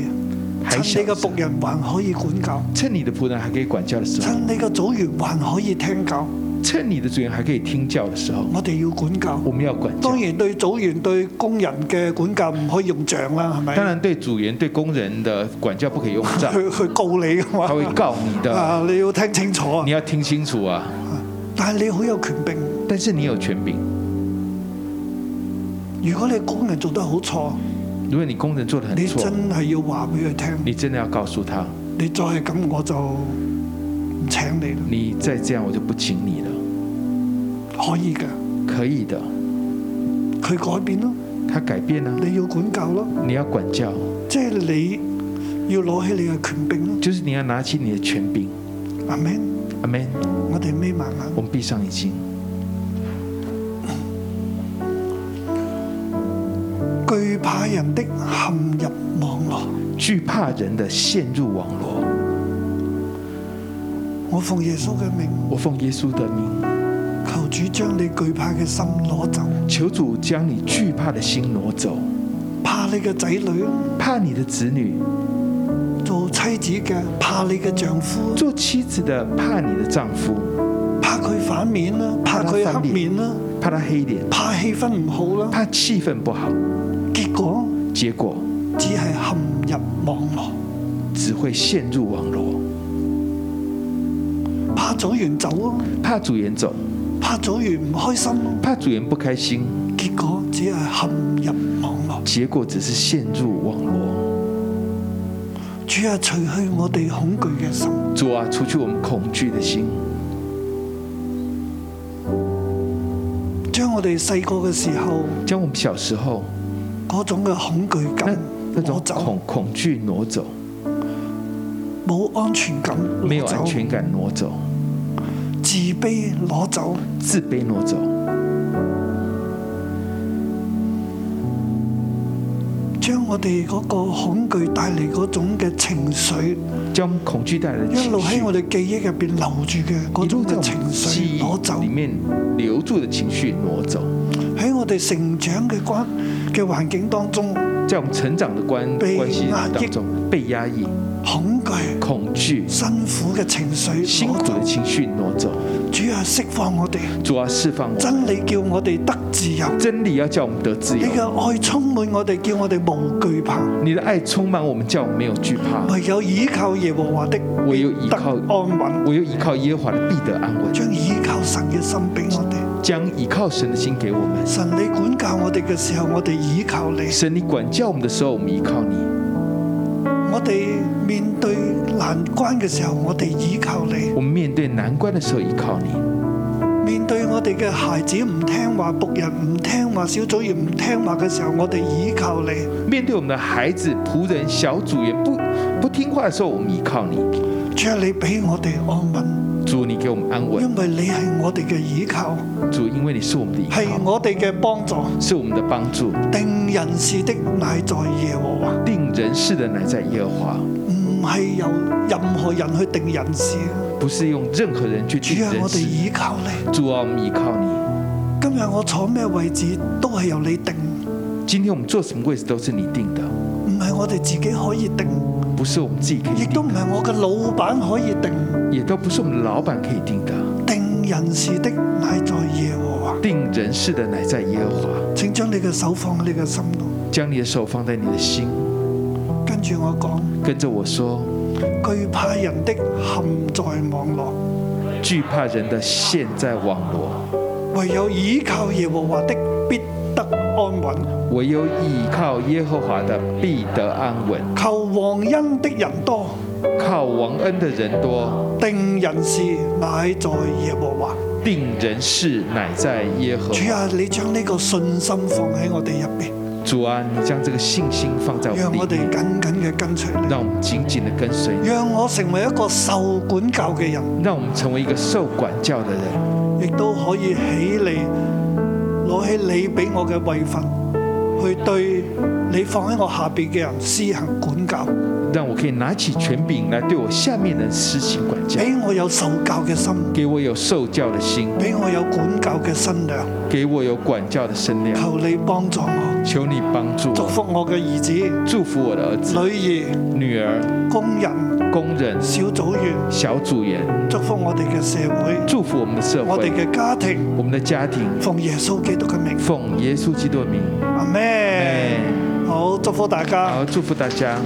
S3: 还
S2: 趁
S3: 小
S2: 你，嘅仆人還可以管教，
S3: 趁你的仆人还可以管教的时候，
S2: 趁你嘅組員還可以聽教，
S3: 趁你的主人还可以听教的时候，
S2: 我哋要管教。
S3: 我们要管教
S2: 當。然對組員對工人嘅管教唔可以用杖啦，係
S3: 当
S2: 咪？
S3: 然，对组员、对工人的管教 不可以用杖，
S2: 去去告你嘅嘛
S3: 他。会告你的。
S2: 啊！你要聽清楚啊
S3: 你！要听清楚啊！
S2: 但係你好有權柄，
S3: 但是你有权柄，
S2: 如果你工人做得好錯，
S3: 如果你工人做的很
S2: 你
S3: 错，
S2: 真係要話俾佢聽。
S3: 你真的要告诉他，
S2: 你再係咁，我就唔請你啦。
S3: 你再这样我就不请你了。
S2: 可以嘅，
S3: 可以的，
S2: 佢改變咯，
S3: 他改变了、
S2: 你要管教咯，
S3: 你要管教，
S2: 即係你要攞起你嘅權柄咯。
S3: 就是你要拿起你的权柄。
S2: 阿 m
S3: 阿门。
S2: 我哋眯埋眼，
S3: 我们闭上眼睛，
S2: 懼怕人的陷入網絡。
S3: 惧怕人的陷入网罗。
S2: 我奉耶穌嘅名，
S3: 我奉耶稣的名，
S2: 求主將你懼怕嘅心攞走，
S3: 求主将你惧怕的心挪走，
S2: 怕你嘅仔女，
S3: 怕你的子女，
S2: 做妻子嘅怕你嘅丈夫，
S3: 做妻子的怕你的丈夫，
S2: 怕佢反面啦，怕佢
S3: 怕佢反
S2: 黑
S3: 面
S2: 面啦，
S3: 怕他黑脸，
S2: 怕氣氛唔好啦，
S3: 怕气氛不好，
S2: 結果
S3: 结果
S2: 只係陷入網絡。
S3: 只会陷入网罗。
S2: 怕組員走啊，
S3: 怕组员走，
S2: 怕組員唔開心啊，
S3: 怕组员不开心，
S2: 結果只係陷入網絡。
S3: 结果只是陷入网罗。
S2: 主啊，除去我哋恐懼嘅心，
S3: 主啊，除去我们恐惧的心，
S2: 將我哋細個嘅時候
S3: 将我们小时候
S2: 嗰種嘅恐懼
S3: 那
S2: 感
S3: 那
S2: 攞
S3: 种
S2: 走
S3: 嗯恐，恐惧挪走，
S2: 冇安全感攞
S3: 没有安
S2: 走，
S3: 全感挪走，
S2: 自卑攞走，
S3: 自卑挪走，
S2: 將我哋嗰個恐懼帶嚟嗰種嘅情緒，
S3: 将恐惧带来的
S2: 一
S3: 情
S2: 路喺
S3: 绪，
S2: 我哋記憶入邊留住嘅嗰
S3: 一路
S2: 種
S3: 在
S2: 嘅
S3: 我
S2: 情
S3: 们记
S2: 緒攞走
S3: 忆里，面留住的情绪挪走，
S2: 喺我哋成長嘅關嘅環境當中，
S3: 在我们成长的关
S2: 被
S3: 关系
S2: 压抑
S3: 当中被压抑、
S2: 恐懼、
S3: 恐惧、
S2: 辛苦嘅情緒
S3: 辛苦的情绪挪走。
S2: 主啊，釋放我哋，
S3: 主啊，释放我们，
S2: 真理叫我哋得自由。
S3: 真理要叫我们得自
S2: 你
S3: 由。
S2: 嘅愛充滿我哋，叫我哋無懼怕，
S3: 你的爱充满我们，叫我们没有惧怕。
S2: 唯有倚靠耶和華的，
S3: 唯有倚
S2: 得
S3: 靠
S2: 安穩。
S3: 我又依靠耶和华的，必得安稳。
S2: 將倚靠神嘅心俾我哋。
S3: 将依靠神的心给我们。
S2: 神你管教我哋嘅時候，我哋倚靠你。
S3: 神，你管教我们的时候，我们依靠你；
S2: 我哋面對難關嘅時候，我哋倚靠你。
S3: 我们面对难关的时候，依靠你。
S2: 面對我哋嘅孩子唔聽話、仆人唔聽話、小組員唔聽話嘅時候，我哋倚靠你。
S3: 面对我们的孩子、仆人、小组员不不听话的时候，我们依靠你。
S2: 主啊，你俾我哋安穩，
S3: 主，你给我们安稳。
S2: 因為你係我哋嘅倚靠，
S3: 主，因为你是我们的依
S2: 係
S3: 靠，
S2: 我哋嘅幫助。
S3: 是我们的帮助。
S2: 定人事的乃在耶和華，
S3: 定人事的乃在耶和华，
S2: 唔係由任何人去定人事。
S3: 不是用任何人去定
S2: 主啊，
S3: 人
S2: 我哋
S3: 事。
S2: 倚靠你。
S3: 主啊，我们依靠你。
S2: 今日我坐咩位置都係由你定，
S3: 今天我们坐什么位置都是你定的，
S2: 唔係我哋自己可以定，
S3: 不是我们自己可以
S2: 亦都
S3: 定
S2: 唔係我嘅老闆可以定。
S3: 的，也都不是我们的老板可以定的。
S2: 定人事的乃在耶和華。
S3: 定人事的乃在耶和华。
S2: 请将你嘅手放喺你嘅心度，
S3: 将你的手放在你的心，
S2: 跟住我讲，
S3: 跟着我说。
S2: 惧怕人的陷在网罗，
S3: 惧怕人的陷在网罗，
S2: 唯有倚靠耶和华的必得安稳。
S3: 唯有倚靠耶和华的必得安稳。
S2: 求王恩的人多，
S3: 靠王恩的人多，
S2: 定人事乃在耶和华。
S3: 定人事乃在耶和
S2: 主
S3: 华。
S2: 啊，你将呢个信心放喺我哋入边，
S3: 主啊，你将这个信心放在我
S2: 让我
S3: 们里
S2: 哋
S3: 面，
S2: 紧紧嘅跟随你，
S3: 让我们紧紧的跟随你，
S2: 让我成为一个受管教嘅人，
S3: 让我们成为一个受管教的
S2: 亦
S3: 人，
S2: 都可以起嚟攞起你俾我嘅位份，去对你放喺我下边嘅人施行管教。
S3: 让我可以拿起权柄来对我下面的人施行管教，
S2: 俾我有受教嘅心，
S3: 给我有受教的心，
S2: 俾我有管教嘅身量，
S3: 给我有管教的身量。
S2: 求你幫助我，
S3: 求你帮助
S2: 祝
S3: 我，
S2: 福我嘅兒子、
S3: 祝福我的儿子、
S2: 女兒、
S3: 女儿、
S2: 工人、
S3: 工人、
S2: 小組員，
S3: 小组员，
S2: 祝福我哋嘅社會，
S3: 祝福我们的社
S2: 我哋
S3: 会，
S2: 嘅家庭，
S3: 我们的家庭，
S2: 奉耶穌基督嘅名，
S3: 奉耶稣基督的名，
S2: 阿咩？
S3: 哎，
S2: 好，祝福大家。
S3: 好，祝福大家。